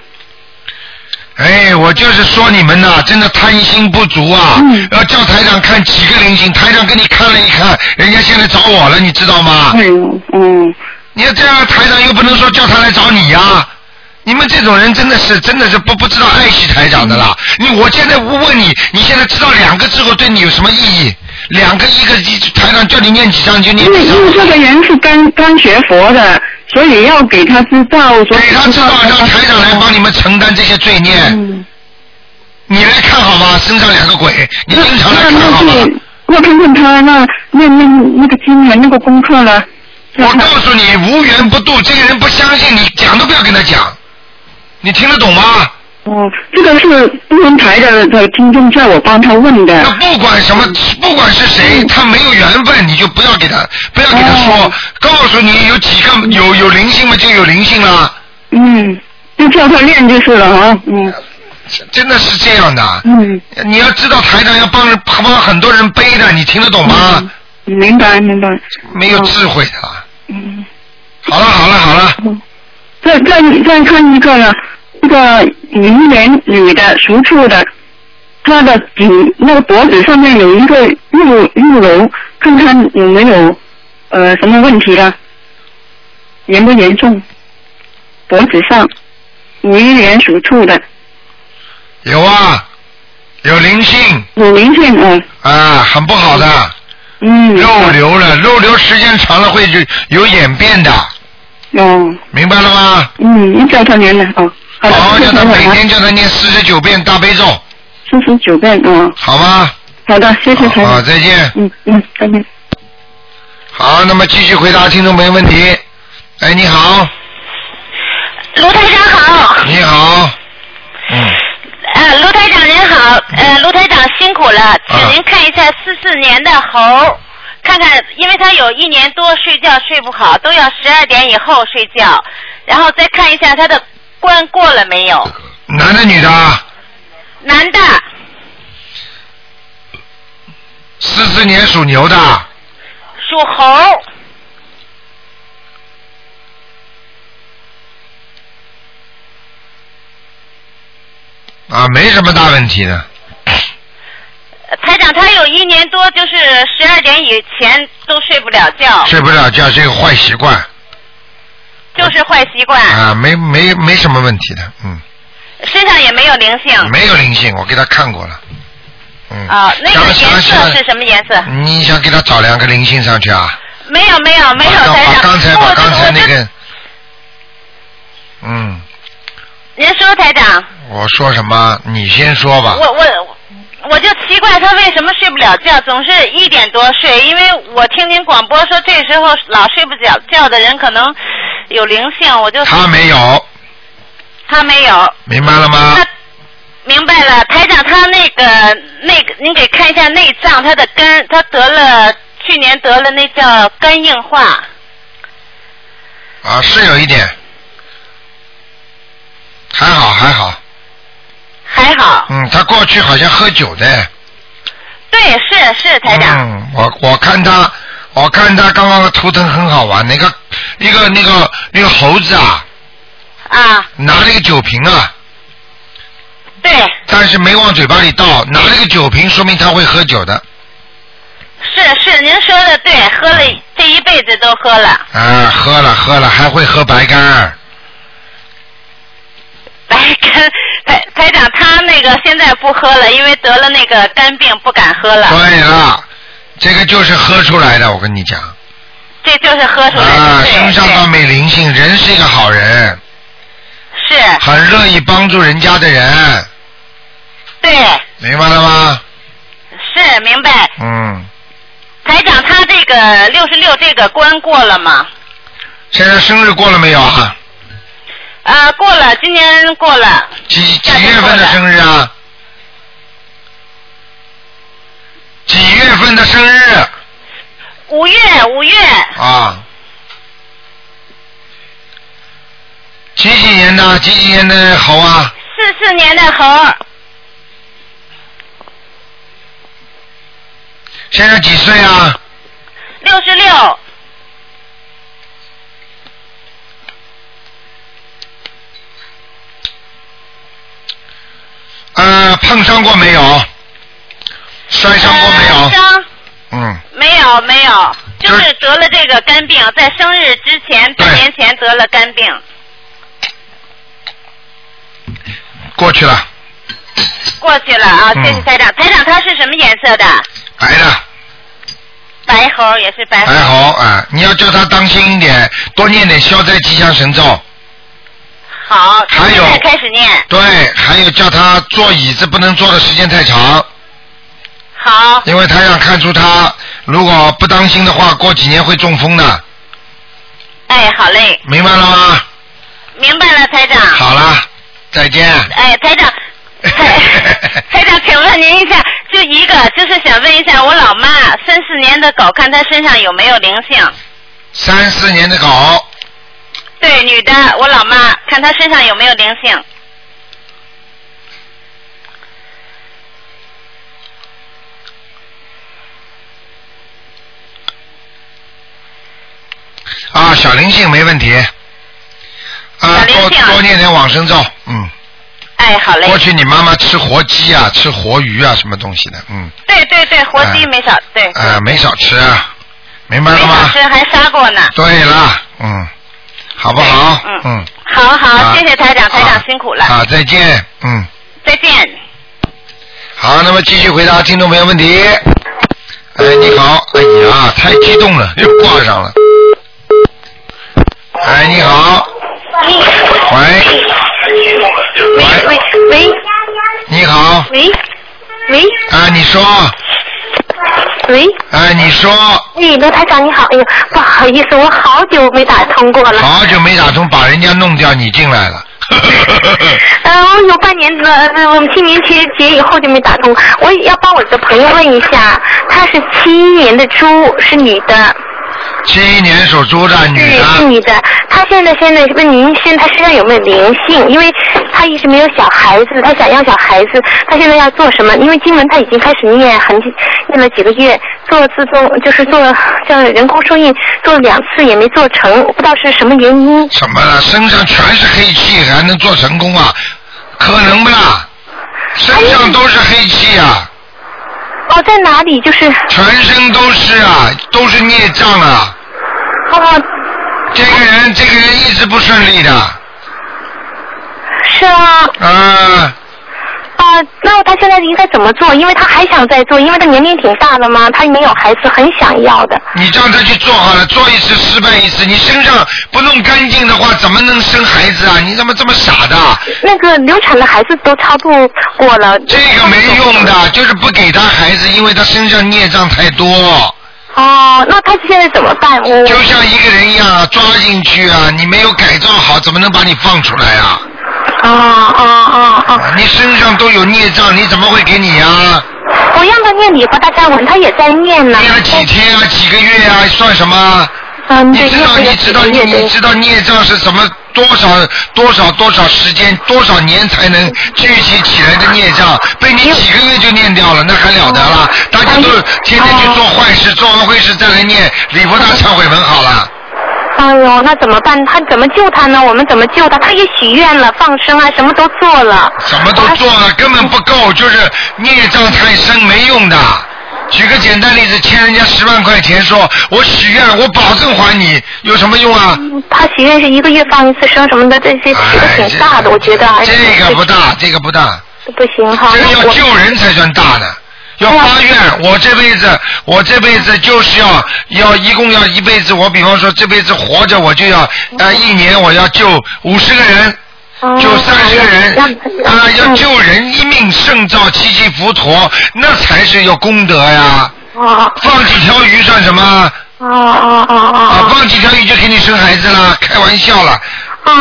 S1: 哎，我就是说你们呐、真的贪心不足啊！
S6: 嗯
S1: 要叫台长看几个灵性，台长给你看了一看，人家现在找我了，你知道吗？
S6: 哎呦，嗯，
S1: 你要这样，台长又不能说叫他来找你呀、你们这种人真的是真的是不不知道爱惜台长的啦！
S6: 嗯
S1: 你我现在我问你，你现在知道两个之后对你有什么意义？两个一个一台长叫你念几张你就念
S6: 因为
S1: 几张
S6: 因。为这个人是刚刚学佛的，所以要给他知道说。
S1: 给哎他知道，让台长来帮你们承担这些罪孽。
S6: 嗯。
S1: 你来看好吗？身上两个鬼，你
S6: 那
S1: 经常来
S6: 那
S1: 看好吗？
S6: 那就那看看他那那那那个经文那个功课了。
S1: 我告诉你，无缘不渡，这个人不相信你，讲都不要跟他讲。你听得懂吗？
S6: 哦，这个是不文台的的听众叫我帮他问的
S1: 那。不管什么，
S6: 嗯
S1: 不管是谁，他没有缘分，你就不要给他，不要给他说
S6: 哦。
S1: 告诉你，有几个有有灵性嘛，就有灵性了。
S6: 嗯，就叫他练就是了哈。嗯
S1: 真的是这样的，
S6: 嗯，
S1: 你要知道台长要帮人帮很多人背的，你听得懂吗？
S6: 明白明白。
S1: 没有智慧的。
S6: 嗯。
S1: 好了好了好了，
S6: 再再再看一个呢，这个银年女的属兔的，她的颈那个脖子上面有一个肉肉瘤，看看有没有呃什么问题了，严不严重？脖子上，银年属兔的
S1: 有啊，有灵性
S6: 有灵性啊，
S1: 啊，很不好的，
S6: 嗯，
S1: 肉瘤了，肉瘤时间长了会就有演变的，
S6: 哦，
S1: 明白了吗？
S6: 嗯，你叫他念了哦，
S1: 好
S6: 好
S1: 好
S6: 的，
S1: 叫
S6: 谢
S1: 他每
S6: 谢
S1: 天叫他念四十九遍大悲咒，
S6: 四十九遍哦，
S1: 好吗？
S6: 好的，谢谢
S1: 好，
S6: 台长，
S1: 再见。
S6: 嗯嗯，再见。
S1: 好，那么继续回答听众朋友问题。哎，你好，
S2: 卢台长好，
S1: 你好，嗯，
S2: 呃，卢台长您好，呃，卢台长辛苦了，请您看一下四四年的猴，看看，因为他有一年多睡觉睡不好，都要十二点以后睡觉，然后再看一下他的关过了没有，
S1: 男的女的啊？
S2: 男的，
S1: 四四年属牛的啊，
S2: 属猴，
S1: 啊，没什么大问题的，
S2: 呃台长他有一年多就是十二点以前都睡不了觉，
S1: 睡不了觉这个坏习惯
S2: 就是坏习惯，
S1: 啊，没没没什么问题的，嗯。
S2: 身上也没有灵性，
S1: 没有灵性，我给他看过了。嗯。
S2: 啊、那个
S1: 想
S2: 颜
S1: 想
S2: 色是什么颜色？
S1: 你想给他找两个灵性上去啊？
S2: 没有没有没有，
S1: 把
S2: 台
S1: 把
S2: 长，
S1: 刚才
S2: 我
S1: 把
S2: 就
S1: 刚才
S2: 我
S1: 那
S2: 就
S1: 个，嗯，
S2: 您说台长，
S1: 我说什么？你先说吧。
S2: 我我我就奇怪他为什么睡不了觉，总是一点多睡，因为我听您广播说这时候老睡不着觉的人可能有灵性，我就
S1: 他没有，
S2: 他没有，
S1: 明白了吗
S2: 他？明白了，台长他那个那个，您给看一下内脏，他的肝，他得了去年得了那叫肝硬化，
S1: 啊，是有一点，还好还好。
S2: 还好，
S1: 嗯，他过去好像喝酒的。
S2: 对，是是台长，
S1: 嗯，我我看他，我看他刚刚的图腾很好玩，那个一个那个那个猴子啊，
S2: 啊，
S1: 拿了一个酒瓶啊，
S2: 对，
S1: 但是没往嘴巴里倒，拿了一个酒瓶，说明他会喝酒的。
S5: 是，您说的对，喝了这一辈子都喝了。 <laughs>
S1: 啊，喝了喝了，还会喝白干儿。
S5: 白干台台长他那个现在不喝了，因为得了那个肝病，不敢喝了。
S1: 对了，这个就是喝出来的，我跟你讲。
S5: 这就是喝出来的。
S1: 啊，
S5: 对
S1: 身上倒没灵性，人是一个好人，
S5: 是，
S1: 很乐意帮助人家的人，
S5: 对，
S1: 明白了吗？
S5: 是明白。
S1: 嗯，
S5: 台长他这个六十六这个关过了吗？
S1: 现在生日过了没有啊？
S5: 啊，过了，今年过了。
S1: 几几月份的生日啊？几月份的生日
S5: 五月，五月
S1: 啊？几几年的？几几年的猴啊？
S5: 四四年的猴，
S1: 现在几岁啊？
S5: 六十六，
S1: 呃，碰伤过没有？摔伤过没
S2: 呃
S1: 有？
S5: 伤
S1: 嗯，
S5: 没有没有，就是得了这个肝病，在生日之前半年前得了肝病。
S1: 过去了，
S5: 过去了啊，
S1: 嗯
S5: 谢谢台长。台长他是什么颜色的？
S1: 白的
S5: 白猴也是白猴。
S1: 白猴啊、你要叫他当心一点，多念点消灾吉祥神咒。
S5: 好，
S1: 还有
S5: 现在开始念。
S1: 对，还有叫他坐椅子不能坐的时间太长，
S5: 好， <laughs>
S1: 因为他想看出他如果不当心的话，过几年会中风的，
S5: 哎，好嘞，
S1: 明白了吗？
S5: 明白了，台长。
S1: 好了，再见。
S5: <laughs> 哎，台长，
S1: <laughs>
S5: 台台长，请问您一下，就一个，就是想问一下我老妈三四年的狗，看她身上有没有灵性？
S1: 三四年的狗，
S5: 对，女的，我老妈，看她身上有没有灵性？
S1: 啊，小灵性没问题。啊
S5: 小，灵
S1: 多
S5: 性啊
S1: 多念点往生咒，嗯。
S5: 哎，好嘞。
S1: 过去你妈妈吃活鸡啊，吃活鱼啊，什么东西的，嗯，
S5: 对对对，活鸡
S1: 哎
S5: 没少，对，
S1: 呃，没少吃啊，明白
S5: 没
S1: 了
S5: 少
S1: 吗？
S5: 吃，还杀过呢。
S1: 对了，嗯，好不好？
S5: 嗯
S1: 嗯，
S5: 好好，
S1: 啊
S5: 谢谢台长，台
S1: 啊
S5: 长辛苦了，
S1: 好，再见，嗯。
S5: 再见。
S1: 好，那么继续回答听众朋友问题。哎，你好，哎呀，太激动了，又挂上了。哎，你好，喂，喂喂
S2: 喂
S1: 你好，
S2: 喂喂
S1: 啊，你说，
S2: 喂，
S1: 哎，你说，
S2: 哎，罗台长你好，哎呦，不好意思，我好久没打通过了，
S1: 好久没打通，把人家弄掉，你进来 <laughs> 了。
S2: 呃，我有半年，呃，呃我们清明节节以后就没打通，我要帮我的朋友问一下，她是七一年的猪，是女的，
S1: 七一年属猪的女
S2: 对，是
S1: 的，
S2: 女的，她现在现在问您，现在她身上有没有灵性？因为她一直没有小孩子，她想要小孩子，她现在要做什么？因为经文她已经开始念很念了几个月，做自动就是做叫人工受孕，做了两次也没做成，我不知道是什么原因。
S1: 什么了？身上全是黑气，还能做成功啊？可能不啦？身上都是黑气啊！
S2: 哦，在哪里？就是
S1: 全身都是啊，都是孽障啊！
S2: 哦，
S1: 这个人，这个人一直不顺利的
S2: 是啊，
S1: 啊。
S2: 啊、那她现在应该怎么做？因为她还想再做，因为她年龄挺大了嘛，她没有孩子，很想要的。
S1: 你让他去做好了，做一次失败一次。你身上不弄干净的话，怎么能生孩子啊？你怎么这么傻的？
S2: 那个流产的孩子都超度过了，
S1: 这个没用的，就是不给他孩子，因为他身上孽障太多。
S2: 哦，那他现在怎么办？我
S1: 就像一个人一样啊，抓进去啊，你没有改造好，怎么能把你放出来啊？
S2: 啊啊啊啊！
S1: 你身上都有孽障，你怎么会给你啊？
S2: 我让他念礼佛大忏悔，他也在念呢。
S1: 念了几天啊，几个月啊，算什么啊？
S2: 嗯，
S1: 你
S2: 对，
S1: 知
S2: 念
S1: 道
S2: 了
S1: 你
S2: 几
S1: 知
S2: 个
S1: 道
S2: 月
S1: 你知道孽障是什么多少多少多少时间多少年才能聚集起来的孽障，被你几个月就念掉了，那还了得
S2: 哦
S1: 了？大家
S2: 哎
S1: 都天天去做坏事，做完坏事再来念礼佛大忏悔文好了。
S2: 哎呦，那怎么办？他怎么救他呢？我们怎么救他？他也许愿了，放生啊，什么都做了。
S1: 什么都做了，根本不够，就是孽障太深，没用的。举个简单例子，欠人家十万块钱说，我许愿，我保证还你，有什么用啊？
S2: 他许愿是一个月放一次生什么的，这些许的嗯挺大的，我觉得。
S1: 哎这个不大，这个不大，
S2: 不行哈。
S1: 这个
S2: 那
S1: 要
S2: 我
S1: 救人才算大呢。要发
S2: 啊
S1: 愿，我这辈子，我这辈子就是要要一共要一辈子，我比方说这辈子活着，我就要呃一年我要救五十个人，
S2: 哦
S1: 救三十个人啊、要救人一命胜造七级浮屠，那才是有功德呀。
S2: 哦
S1: 放几条鱼算什么？
S2: 哦哦哦
S1: 啊，
S2: 哦
S1: 放几条鱼就给你生孩子了，开玩笑了。
S2: 哦。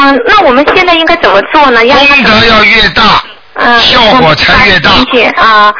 S2: 嗯，那我们现在应该怎么做呢？要
S1: 功德要越大，
S2: 嗯，
S1: 效果才越大
S2: 理解啊，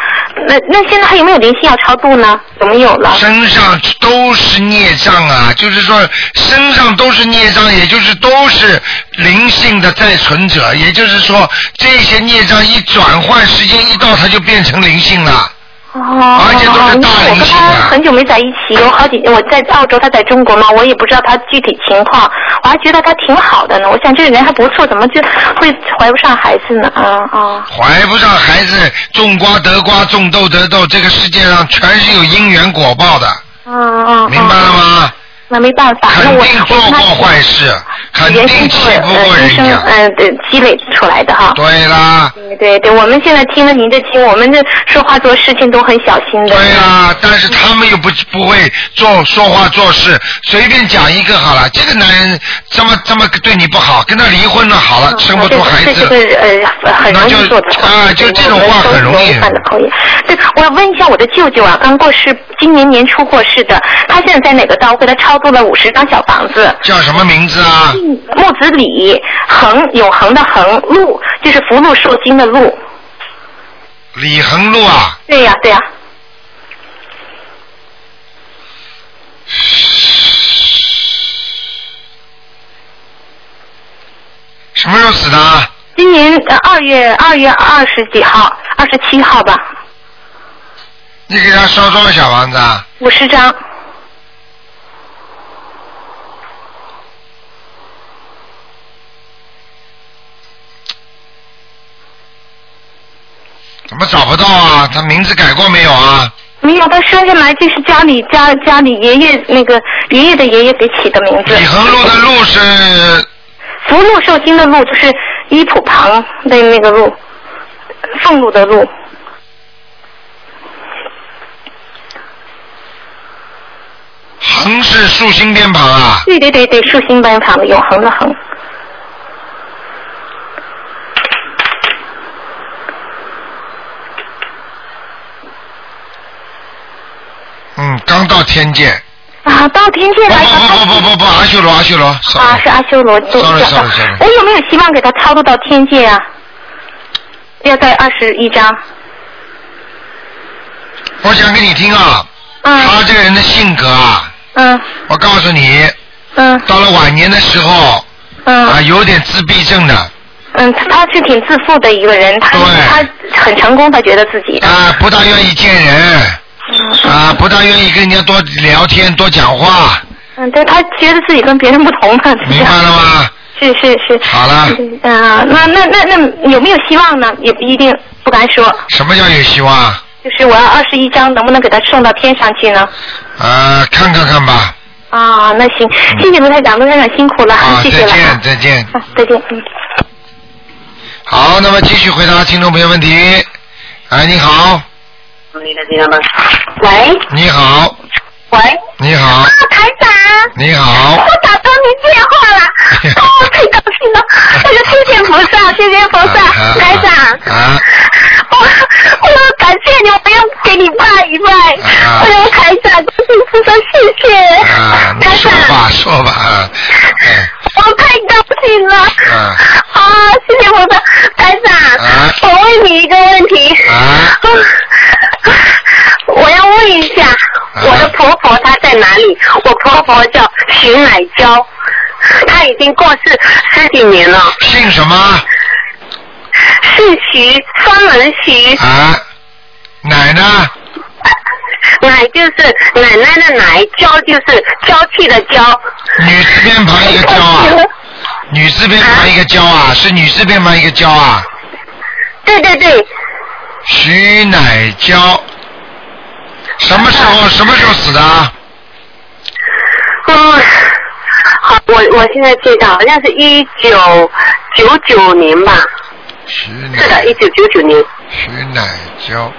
S2: 那那现在还有没有灵性要超度呢？怎么有了？
S1: 身上都是孽障啊，就是说身上都是孽障，也就是都是灵性的在存者，也就是说这些孽障一转换时间一到，它就变成灵性了。
S2: 哦，而且都是大我跟
S1: 啊
S2: 他很久没在一起，有好几我在澳洲，他在中国嘛，我也不知道他具体情况，我还觉得他挺好的呢。我想这个人还不错，怎么就会怀不上孩子呢？啊、啊、
S1: 怀不上孩子，种瓜得瓜，种豆得豆，这个世界上全是有因缘果报的，
S2: 嗯嗯，
S1: 明白了吗？
S2: 那没办法，那
S1: 肯
S2: 我
S1: 定做过坏事，肯定气不过人
S2: 生
S1: 家。
S2: 嗯对积累出来的哈。
S1: 对啦。
S2: 对对对，我们现在听了您的经，我们这说话做事情都很小心的。
S1: 对啊，但是他们又不不会做说话做事，随便讲一个好了。这个男人这么这么对你不好，跟他离婚了
S2: 啊
S1: 好了，生不出孩子
S2: 嗯这
S1: 了，
S2: 是呃很容易做的啊，就这种话很容易犯的口音。对，我要问一下我的舅舅啊，刚过世，今年年初过世的，他现在在哪个道？我给他超度了五十张小房子。嗯
S1: 叫什么名字啊？
S2: 木子李，恒永恒的恒，禄就是福禄寿金的禄。
S1: 李恒路啊，
S2: 对呀、对呀、
S1: 什么时候死的啊？
S2: 今年呃二月二月二十几号，二十七号吧，
S1: 你给他烧多少小房子啊？
S2: 五十张。
S1: 怎么找不到啊？他名字改过没有啊？
S2: 没有，他生下来就是家里家家里爷爷那个爷爷的爷爷给起的名字。
S1: 李恒路的路是
S2: 福禄寿星的禄就是衣土旁的那个禄，俸禄的禄。
S1: 恒是竖心边旁啊。
S2: 对对对对，竖心边旁的永恒的恒。
S1: 嗯，刚到天界。
S2: 啊，到天界来了。
S1: 不不不不，阿修罗阿修罗，
S2: 啊，是阿修罗座。
S1: Sorry, sorry, sorry.
S2: 哎我有没有希望给他超度到天界啊？要带二十一张。
S1: 我想给你听啊，他这个人的性格啊，
S2: 嗯，
S1: 我告诉你，
S2: 嗯，
S1: 到了晚年的时候，
S2: 嗯，
S1: 啊，有点自闭症的，
S2: 嗯，他他是挺自负的一个人，他他很成功，他觉得自己的。
S1: 啊，不大愿意见人，啊，不大愿意跟人家多聊天、多讲话，
S2: 嗯，对他觉得自己跟别人不同嘛。明白
S1: 了吗？
S2: 是是是。
S1: 好了
S2: 嗯、那那那那有没有希望呢？也不一定，不敢说。
S1: 什么叫有希望？
S2: 就是我要二十一张，能不能给他送到天上去呢？
S1: 啊，看看看吧，
S2: 啊，那行，谢谢卢台长，卢台长辛苦了，
S1: 嗯啊，
S2: 谢
S1: 再
S2: 谢了，
S1: 见再见。
S2: 啊再见，嗯。
S1: 好，那么继续回答听众朋友问题。哎，你好，
S8: 喂
S1: 你好，
S8: 喂，啊
S1: 你好，
S8: 台长，
S1: 你好，
S8: 我打通你电话
S1: <laughs>
S8: 了，哦，太高兴了，那个谢谢菩萨，谢谢菩萨，台长，
S1: 啊，
S8: <laughs> 我我要感谢你，我要给你拜一拜，我要台长，恭喜菩萨，谢谢，
S1: 啊，你说吧说吧啊，
S8: 我太高兴了，
S1: 啊，
S8: 啊，谢谢菩萨，台长，我问你一个问题，
S1: 啊，
S8: <laughs> 我要问一下，
S1: 啊
S8: 我的婆婆她在哪里？我婆婆叫徐乃娇，她已经过世十几年了。
S1: 姓什么？
S8: 姓徐，双人徐。
S1: 啊。奶呢？
S2: <laughs>
S8: 奶就是奶奶的奶，娇就是娇气的娇。
S1: 女字边旁一个娇啊，女字边旁一个娇啊，是女字边旁一个娇啊，
S8: 对对对，
S1: 徐乃娇，什么时
S4: 啊
S1: 候什么时候死的？
S4: 嗯，好，我我现在记得好像是一九九九年吧，
S1: 徐乃
S4: 是的，一九九九年。
S1: 徐乃娇，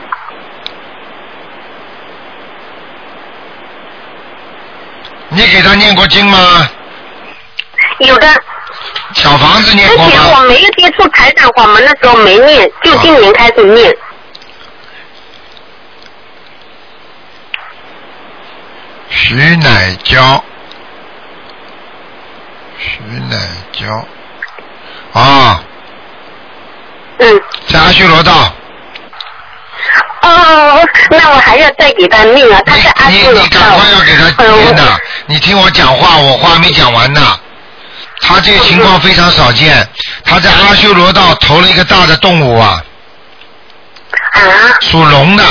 S1: 你给他念过经吗？
S4: 有的
S1: 小房子
S4: 之
S1: 念
S4: 前
S1: 过吗？
S4: 我没有接触台长法门的时候没念，就今年开始念。
S1: 徐乃娇，徐乃娇，啊，
S4: 嗯，
S1: 在阿修罗道，
S4: 哦，那我还要再给他念啊，他在阿修罗哎道。
S1: 要给他念
S2: 呃
S1: 的。你听我讲话，我话没讲完呢。他这个情况非常少见，他在阿修罗道投了一个大的动物啊，
S4: 啊
S1: 属龙的，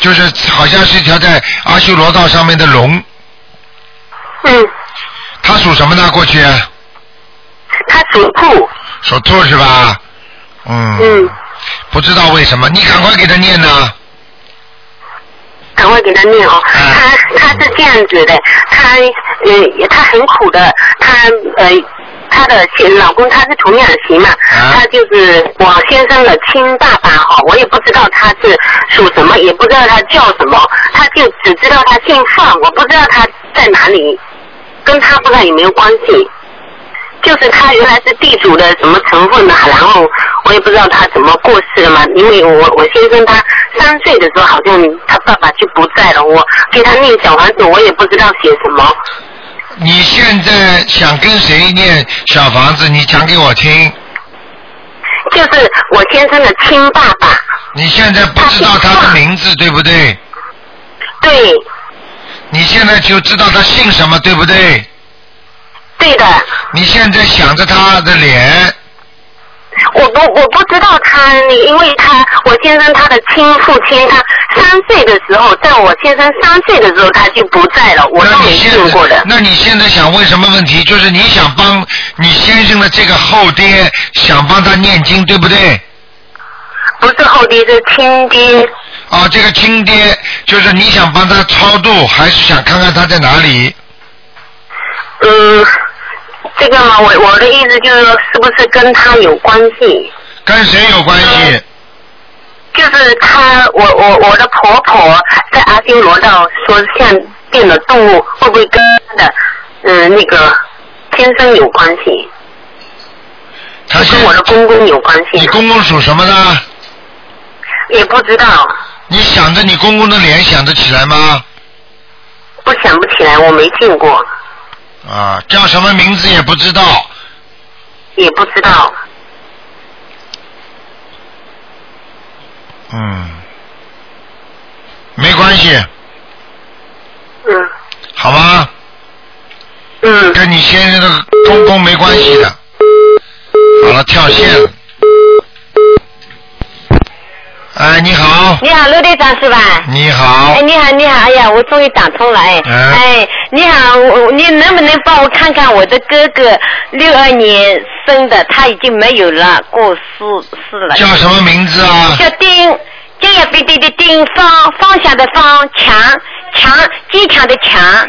S1: 就是好像是一条在阿修罗道上面的龙。
S4: 嗯。
S1: 他属什么呢？过去？啊
S4: 他属兔。
S1: 属兔是吧？嗯。
S4: 嗯。
S1: 不知道为什么，你赶快给他念呢。
S4: 赶快给他念哦。他他是这样子的，他呃他很苦的，他呃他的前老公他是童养媳嘛，他就是我先生的亲爸爸哈，我也不知道他是属什么，也不知道他叫什么，他就只知道他姓范，我不知道他在哪里，跟他不知道有没有关系。就是他原来是地主的什么成分的，然后我也不知道他怎么过世的嘛，因为我我先生他三岁的时候好像他爸爸就不在了，我给他念小房子，我也不知道写什么。
S1: 你现在想跟谁念小房子？你讲给我听。
S4: 就是我先生的亲爸爸。
S1: 你现在不知道他的名字，对不对？
S4: 对。
S1: 你现在就知道他姓什么，对不对？
S4: 对的。
S1: 你现在想着他的脸，
S4: 我不我不知道他，因为他我先生他的亲父亲，他三岁的时候，在我先生三岁的时候他就不在了，我都没见过的。
S1: 那你现在想问什么问题？就是你想帮你先生的这个后爹，想帮他念经，对不对？
S4: 不是后爹，是亲爹。
S1: 啊，这个亲爹就是你想帮他超度，还是想看看他在哪里？
S4: 嗯，这个嘛，我我的意思就是说，是不是跟他有关系？
S1: 跟谁有关
S4: 呃
S1: 系？
S4: 就是他，我我我的婆婆在阿修罗道说像变了动物，会不会跟她的嗯那个先生有关系？
S1: 他
S4: 跟我的公公有关系。
S1: 你公公属什么呢？
S4: 也不知道，
S1: 你想着你公公的脸想得起来吗？
S4: 不想不起来，我没见过，
S1: 啊，叫什么名字也不知道。
S4: 也不知道。
S1: 嗯，没关系。
S4: 嗯。
S1: 好吗？
S4: 嗯。
S1: 跟你先生的公公没关系的。好了，跳线了。哎，你好，
S2: 你好，陆队长是吧？
S1: 你好
S2: 哎，，你好，你好，哎呀，我终于打通了，哎，
S1: 嗯
S2: 哎，你好，我你能不能帮我看看我的哥哥六二年生的，他已经没有了，过世世了。
S1: 叫什么名字啊？
S2: 叫丁，丁也贝丁的丁，方方向的方，强强坚强的强。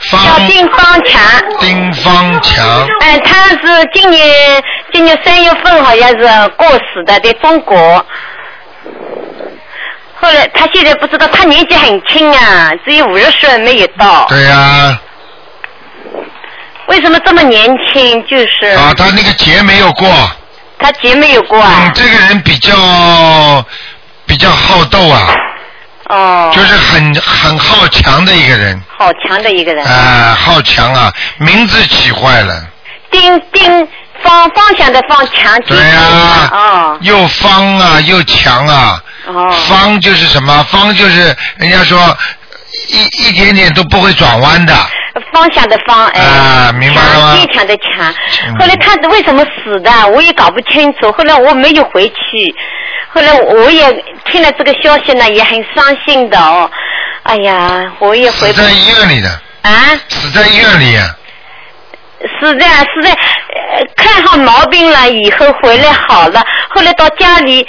S2: 叫丁方强。
S1: 丁方强。
S2: 哎，他是今年今年三月份好像是过世的，在中国。后来他现在不知道，他年纪很轻啊，只有五十岁没有到。
S1: 对呀、啊，
S2: 为什么这么年轻？就是
S1: 啊他那个劫没有过。
S2: 他劫没有过啊。
S1: 嗯，这个人比较比较好斗啊，
S2: 哦，
S1: 就是很很好强的一个人，
S2: 好强的一个人。
S1: 啊、好强啊，名字起坏了。
S2: 丁丁方方向的方强。
S1: 对呀、
S2: 哦
S1: 又方啊，又强啊。
S2: 哦。
S1: 方就是什么？方就是人家说一一点点都不会转弯的
S2: 呃方向的方，哎，
S1: 啊，明白了吗嗯
S2: 坚？强的强。后来他为什么死的，我也搞不清楚。后来我没有回去，后来我也听了这个消息呢，也很伤心的哦。哎呀，我也回
S1: 死
S2: 不
S1: 在医院里的，
S2: 啊，
S1: 死在医院里、啊
S2: 是的，是的，呃看好毛病了以后回来好了，后来到家里。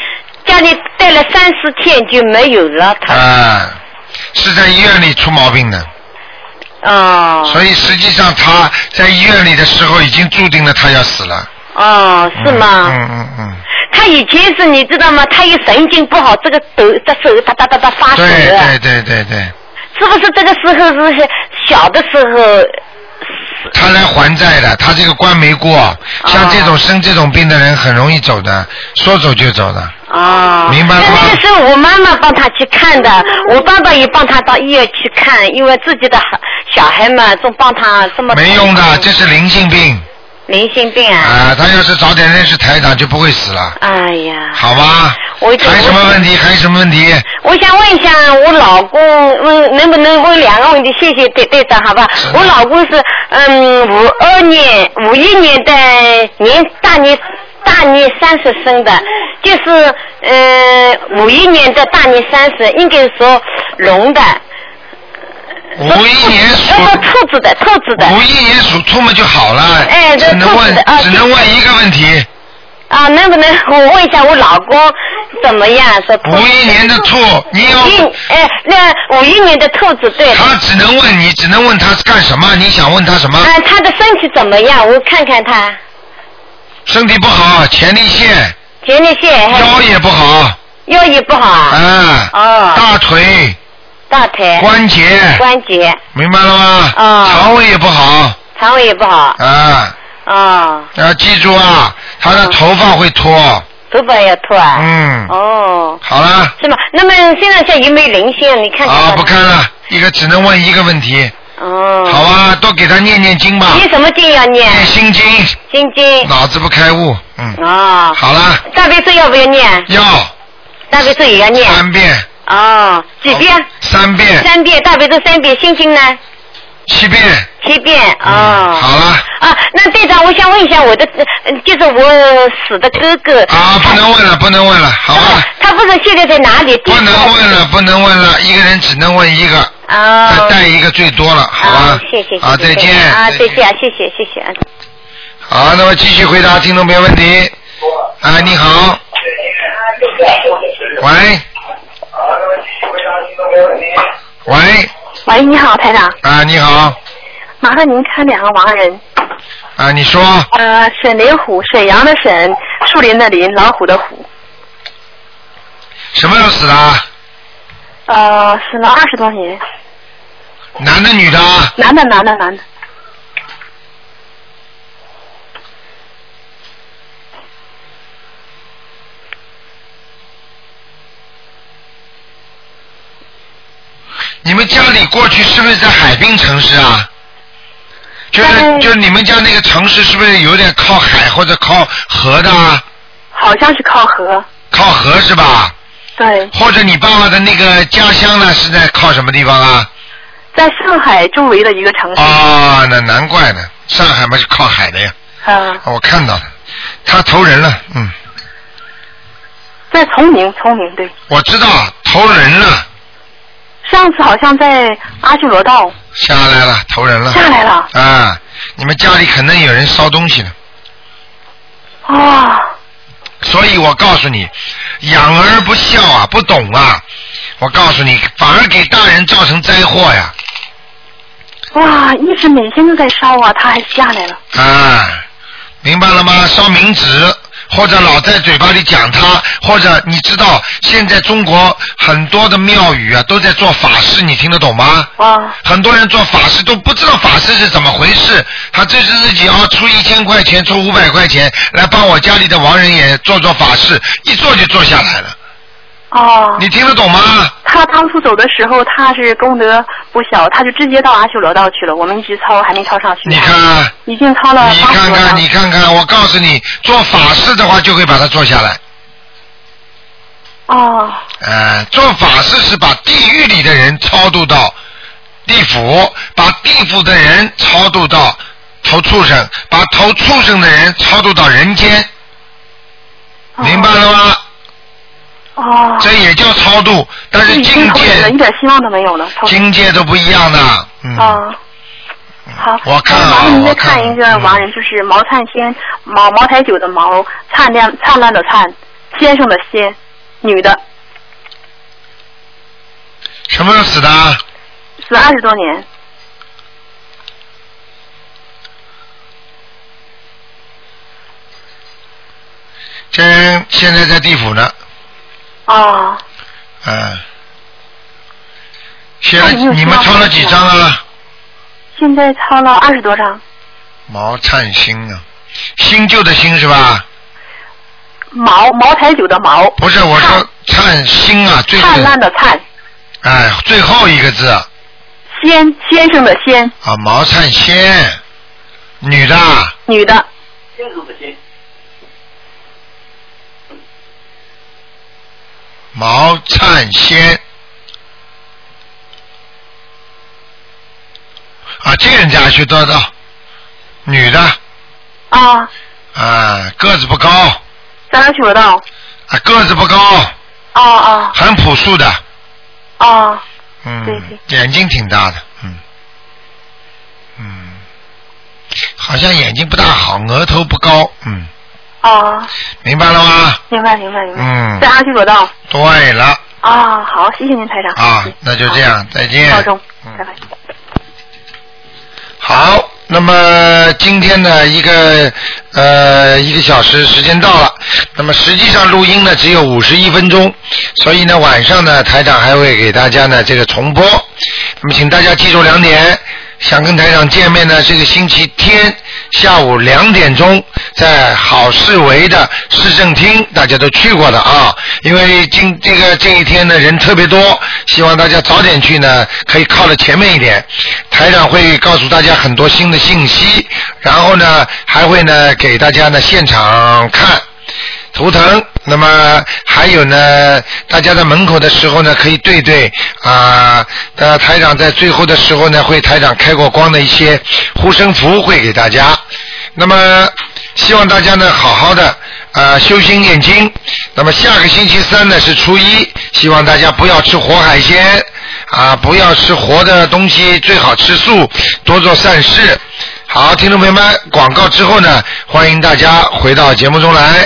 S2: 家里待了三十天就没有了他。嗯
S1: 啊，是在医院里出毛病的，
S2: 哦
S1: 啊所以实际上他在医院里的时候已经注定了他要死了。
S2: 哦，是吗？
S1: 嗯嗯嗯，
S2: 他以前是你知道吗？他有神经不好，这个抖，这手哒哒哒哒发抖
S1: 对
S2: 啊。
S1: 对对对对，
S2: 是不是这个时候是小的时候？
S1: 他来还债的，他这个关没
S2: 啊
S1: 过，像这种生这种病的人很容易走的，说走就走的。
S2: 啊、
S1: 明白吗
S2: 那个时候我妈妈帮他去看的，我爸爸也帮他到医院去看，因为自己的孩小孩嘛，总帮他这么
S1: 没用的，这是灵性病
S2: 零性病啊。
S1: 啊！他要是早点认识台长，就不会死了，
S2: 哎呀，
S1: 好吧？
S2: 我就
S1: 还有什么问题？还有什么问题？
S2: 我想问一下我老公，问能不能问两个问题？谢谢队队长，好吧？我老公是嗯五二年五一年的年大年大年三十生的，就是嗯五一年的大年三十，应该说龙的。呃
S1: 五一年属
S2: 兔子的，兔子的。
S1: 五一年属兔嘛就好了，
S2: 哎对
S1: 只能
S2: 兔子
S1: 问
S2: 的啊
S1: 只能问一个问题，
S2: 啊，能不能
S1: <laughs>
S2: 我问一下我老公怎么样？说五
S1: 一年的兔，你有
S2: 哎，那五一年的兔子对。
S1: 他只能问你，只能问他是干什么？你想问他什么？
S2: 啊，他的身体怎么样？我看看他
S1: 身体不好，前列腺、
S2: 前列腺，
S1: 腰也不好，
S2: 腰也不好啊，
S1: 啊，
S2: 哦，
S1: 大腿
S2: 大腿，
S1: 关节
S2: 关节，
S1: 明白了吗？
S2: 哦
S1: 肠胃也不好，
S2: 肠胃也不好，
S1: 啊，
S2: 哦，
S1: 要记住啊，他的头发会脱，
S2: 头发也脱啊，
S1: 嗯，
S2: 哦，
S1: 好了，
S2: 是吗？那么身上下有没有灵性？你看看
S1: 啊，
S2: 吧
S1: 不看了，一个只能问一个问题，
S2: 哦，
S1: 好啊吧，多给他念念经吧，
S2: 你什么经要念？
S1: 念心经，
S2: 心经，
S1: 脑子不开悟，嗯，
S2: 哦，
S1: 好了，
S2: 大悲咒要不要念？
S1: 要
S2: 大悲咒也要念，
S1: 三遍，
S2: 哦，几遍？
S1: 三遍，
S2: 三遍，大悲咒三遍，心经呢？
S1: 七遍，
S2: 七遍，哦。
S1: 嗯好了，
S2: 啊，那队长，我想问一下我的，呃就是我死的哥哥。
S1: 啊，不能问了，不能问了，好吧，
S2: 他不是现在在哪里？
S1: 不能问了，不能问了，一个人只能问一个，
S2: 啊、
S1: 再带一个最多了，好吧
S2: 啊，，谢谢，谢谢
S1: 啊，再见，
S2: 啊，再见，谢谢，谢谢啊。
S1: 好，那么继续回答听众朋友问题。哎，你好，喂，喂，
S6: 喂，你好，台长，
S1: 啊，你好，
S6: 麻烦您看两个盲人，
S1: 啊，你说，
S6: 呃，沈林虎，沈阳的沈，树林的林，老虎的虎，
S1: 什么时候死的啊？
S6: 呃，死了二十多年，
S1: 男的女的啊？
S6: 男的，男的，男的，
S1: 你们家里过去是不是在海滨城市啊？就是就是你们家那个城市是不是有点靠海或者靠河的啊？
S6: 好像是靠河，
S1: 靠河是吧？
S6: 对，
S1: 或者你爸爸的那个家乡呢是在靠什么地方啊？
S6: 在上海周围的一个城市，
S1: 啊、那难怪呢，上海嘛是靠海的呀。哦
S6: 啊，
S1: 我看到了，他投人了，嗯，
S6: 在崇明，崇明，对，
S1: 我知道投人了，
S6: 上次好像在阿修罗道
S1: 下来了，投人了。
S6: 下来了。
S1: 啊，你们家里可能有人烧东西了，
S6: 啊，
S1: 所以我告诉你，养儿不孝啊，不懂啊，我告诉你，反而给大人造成灾祸呀，
S6: 哇，一直每天都在烧啊，他还下来了，
S1: 啊，明白了吗？烧冥纸。或者老在嘴巴里讲他，或者你知道现在中国很多的庙宇啊都在做法事，你听得懂吗？
S6: 啊，
S1: 很多人做法事都不知道法事是怎么回事，他这是自己啊出一千块钱，出五百块钱来帮我家里的亡人也做做法事，一做就做下来了。
S6: 哦，
S1: 你听得懂吗？
S6: 他当初走的时候，他是功德不小，他就直接到阿修罗道去了。我们一直抄，还没抄上去。
S1: 你看看，
S6: 已经抄了八
S1: 你
S6: 十
S1: 看
S6: 多
S1: 看，
S6: 张
S1: 你。看看，我告诉你，做法事的话就会把它做下来。
S6: 哦，
S1: 呃，做法事是把地狱里的人超度到地府，把地府的人超度到投畜生，把投畜生的人超度到人间，明白了吗？
S6: 哦，
S1: 这也叫超度，但是
S6: 已经
S1: 境
S6: 超越
S1: 界
S6: 了，一点希望都没有了。抄
S1: 境界都不一样的。嗯，
S6: 啊。好，
S1: 我看啊嗯
S6: 麻烦您再
S1: 我看
S6: 看一个盲人，就是毛灿先，毛茅台酒的毛，灿烂灿烂的灿，先生的先，
S9: 女的，
S1: 什么时候死的啊？
S9: 死二十多年，
S1: 这人现在在地府呢，
S9: 哦，
S1: 嗯。现在
S9: 那你有
S1: 你们
S9: 需要
S1: 抄了
S9: 帮
S1: 几
S9: 助
S1: 张
S9: 吗
S1: 了？
S9: 现在抄了二十多张，
S1: 毛灿星啊，新旧的新是吧？
S9: 茅茅台酒的茅，
S1: 不是，我说灿星啊，最
S9: 灿烂的灿，
S1: 哎最后一个字啊，
S9: 先先生的先，
S1: 毛灿仙，女的啊，
S9: 女的，
S1: 毛灿仙。啊，这人家去得到，女的
S6: 哦
S9: 啊，
S1: 啊，个子不高
S9: 三十九道，
S1: 啊，个子不高，
S9: 哦哦
S1: 很朴素的，
S9: 哦，
S1: 嗯，眼睛挺大的，嗯，嗯，好像眼睛不大好，额头不高，嗯，
S9: 哦，
S1: 明白了吗？
S9: 明白明白明白，
S1: 嗯
S9: 在阿修罗道，
S1: 对了
S6: 哦
S9: 啊，好，谢谢您台长，
S1: 啊，那就这样，再见。
S9: 保重，
S1: 嗯
S9: 拜拜。
S1: 好，那么今天的一个呃一个小时时间到了，那么实际上录音呢只有五十一分钟，所以呢晚上呢台长还会给大家呢这个重播。那么请大家记住两点，想跟台长见面呢，这个星期天下午两点钟在好市围的市政厅，大家都去过的啊，因为今这个这一天呢人特别多，希望大家早点去呢，可以靠得前面一点。台长会告诉大家很多新的信息，然后呢还会呢给大家呢现场看。图腾，那么还有呢，大家在门口的时候呢，可以对对啊，呃，台长在最后的时候呢，会台长开过光的一些护身符会给大家。那么希望大家呢，好好的啊修心念经。那么下个星期三呢是初一，希望大家不要吃活海鲜啊，不要吃活的东西，最好吃素，多做善事。好，听众朋友们，广告之后呢，欢迎大家回到节目中来。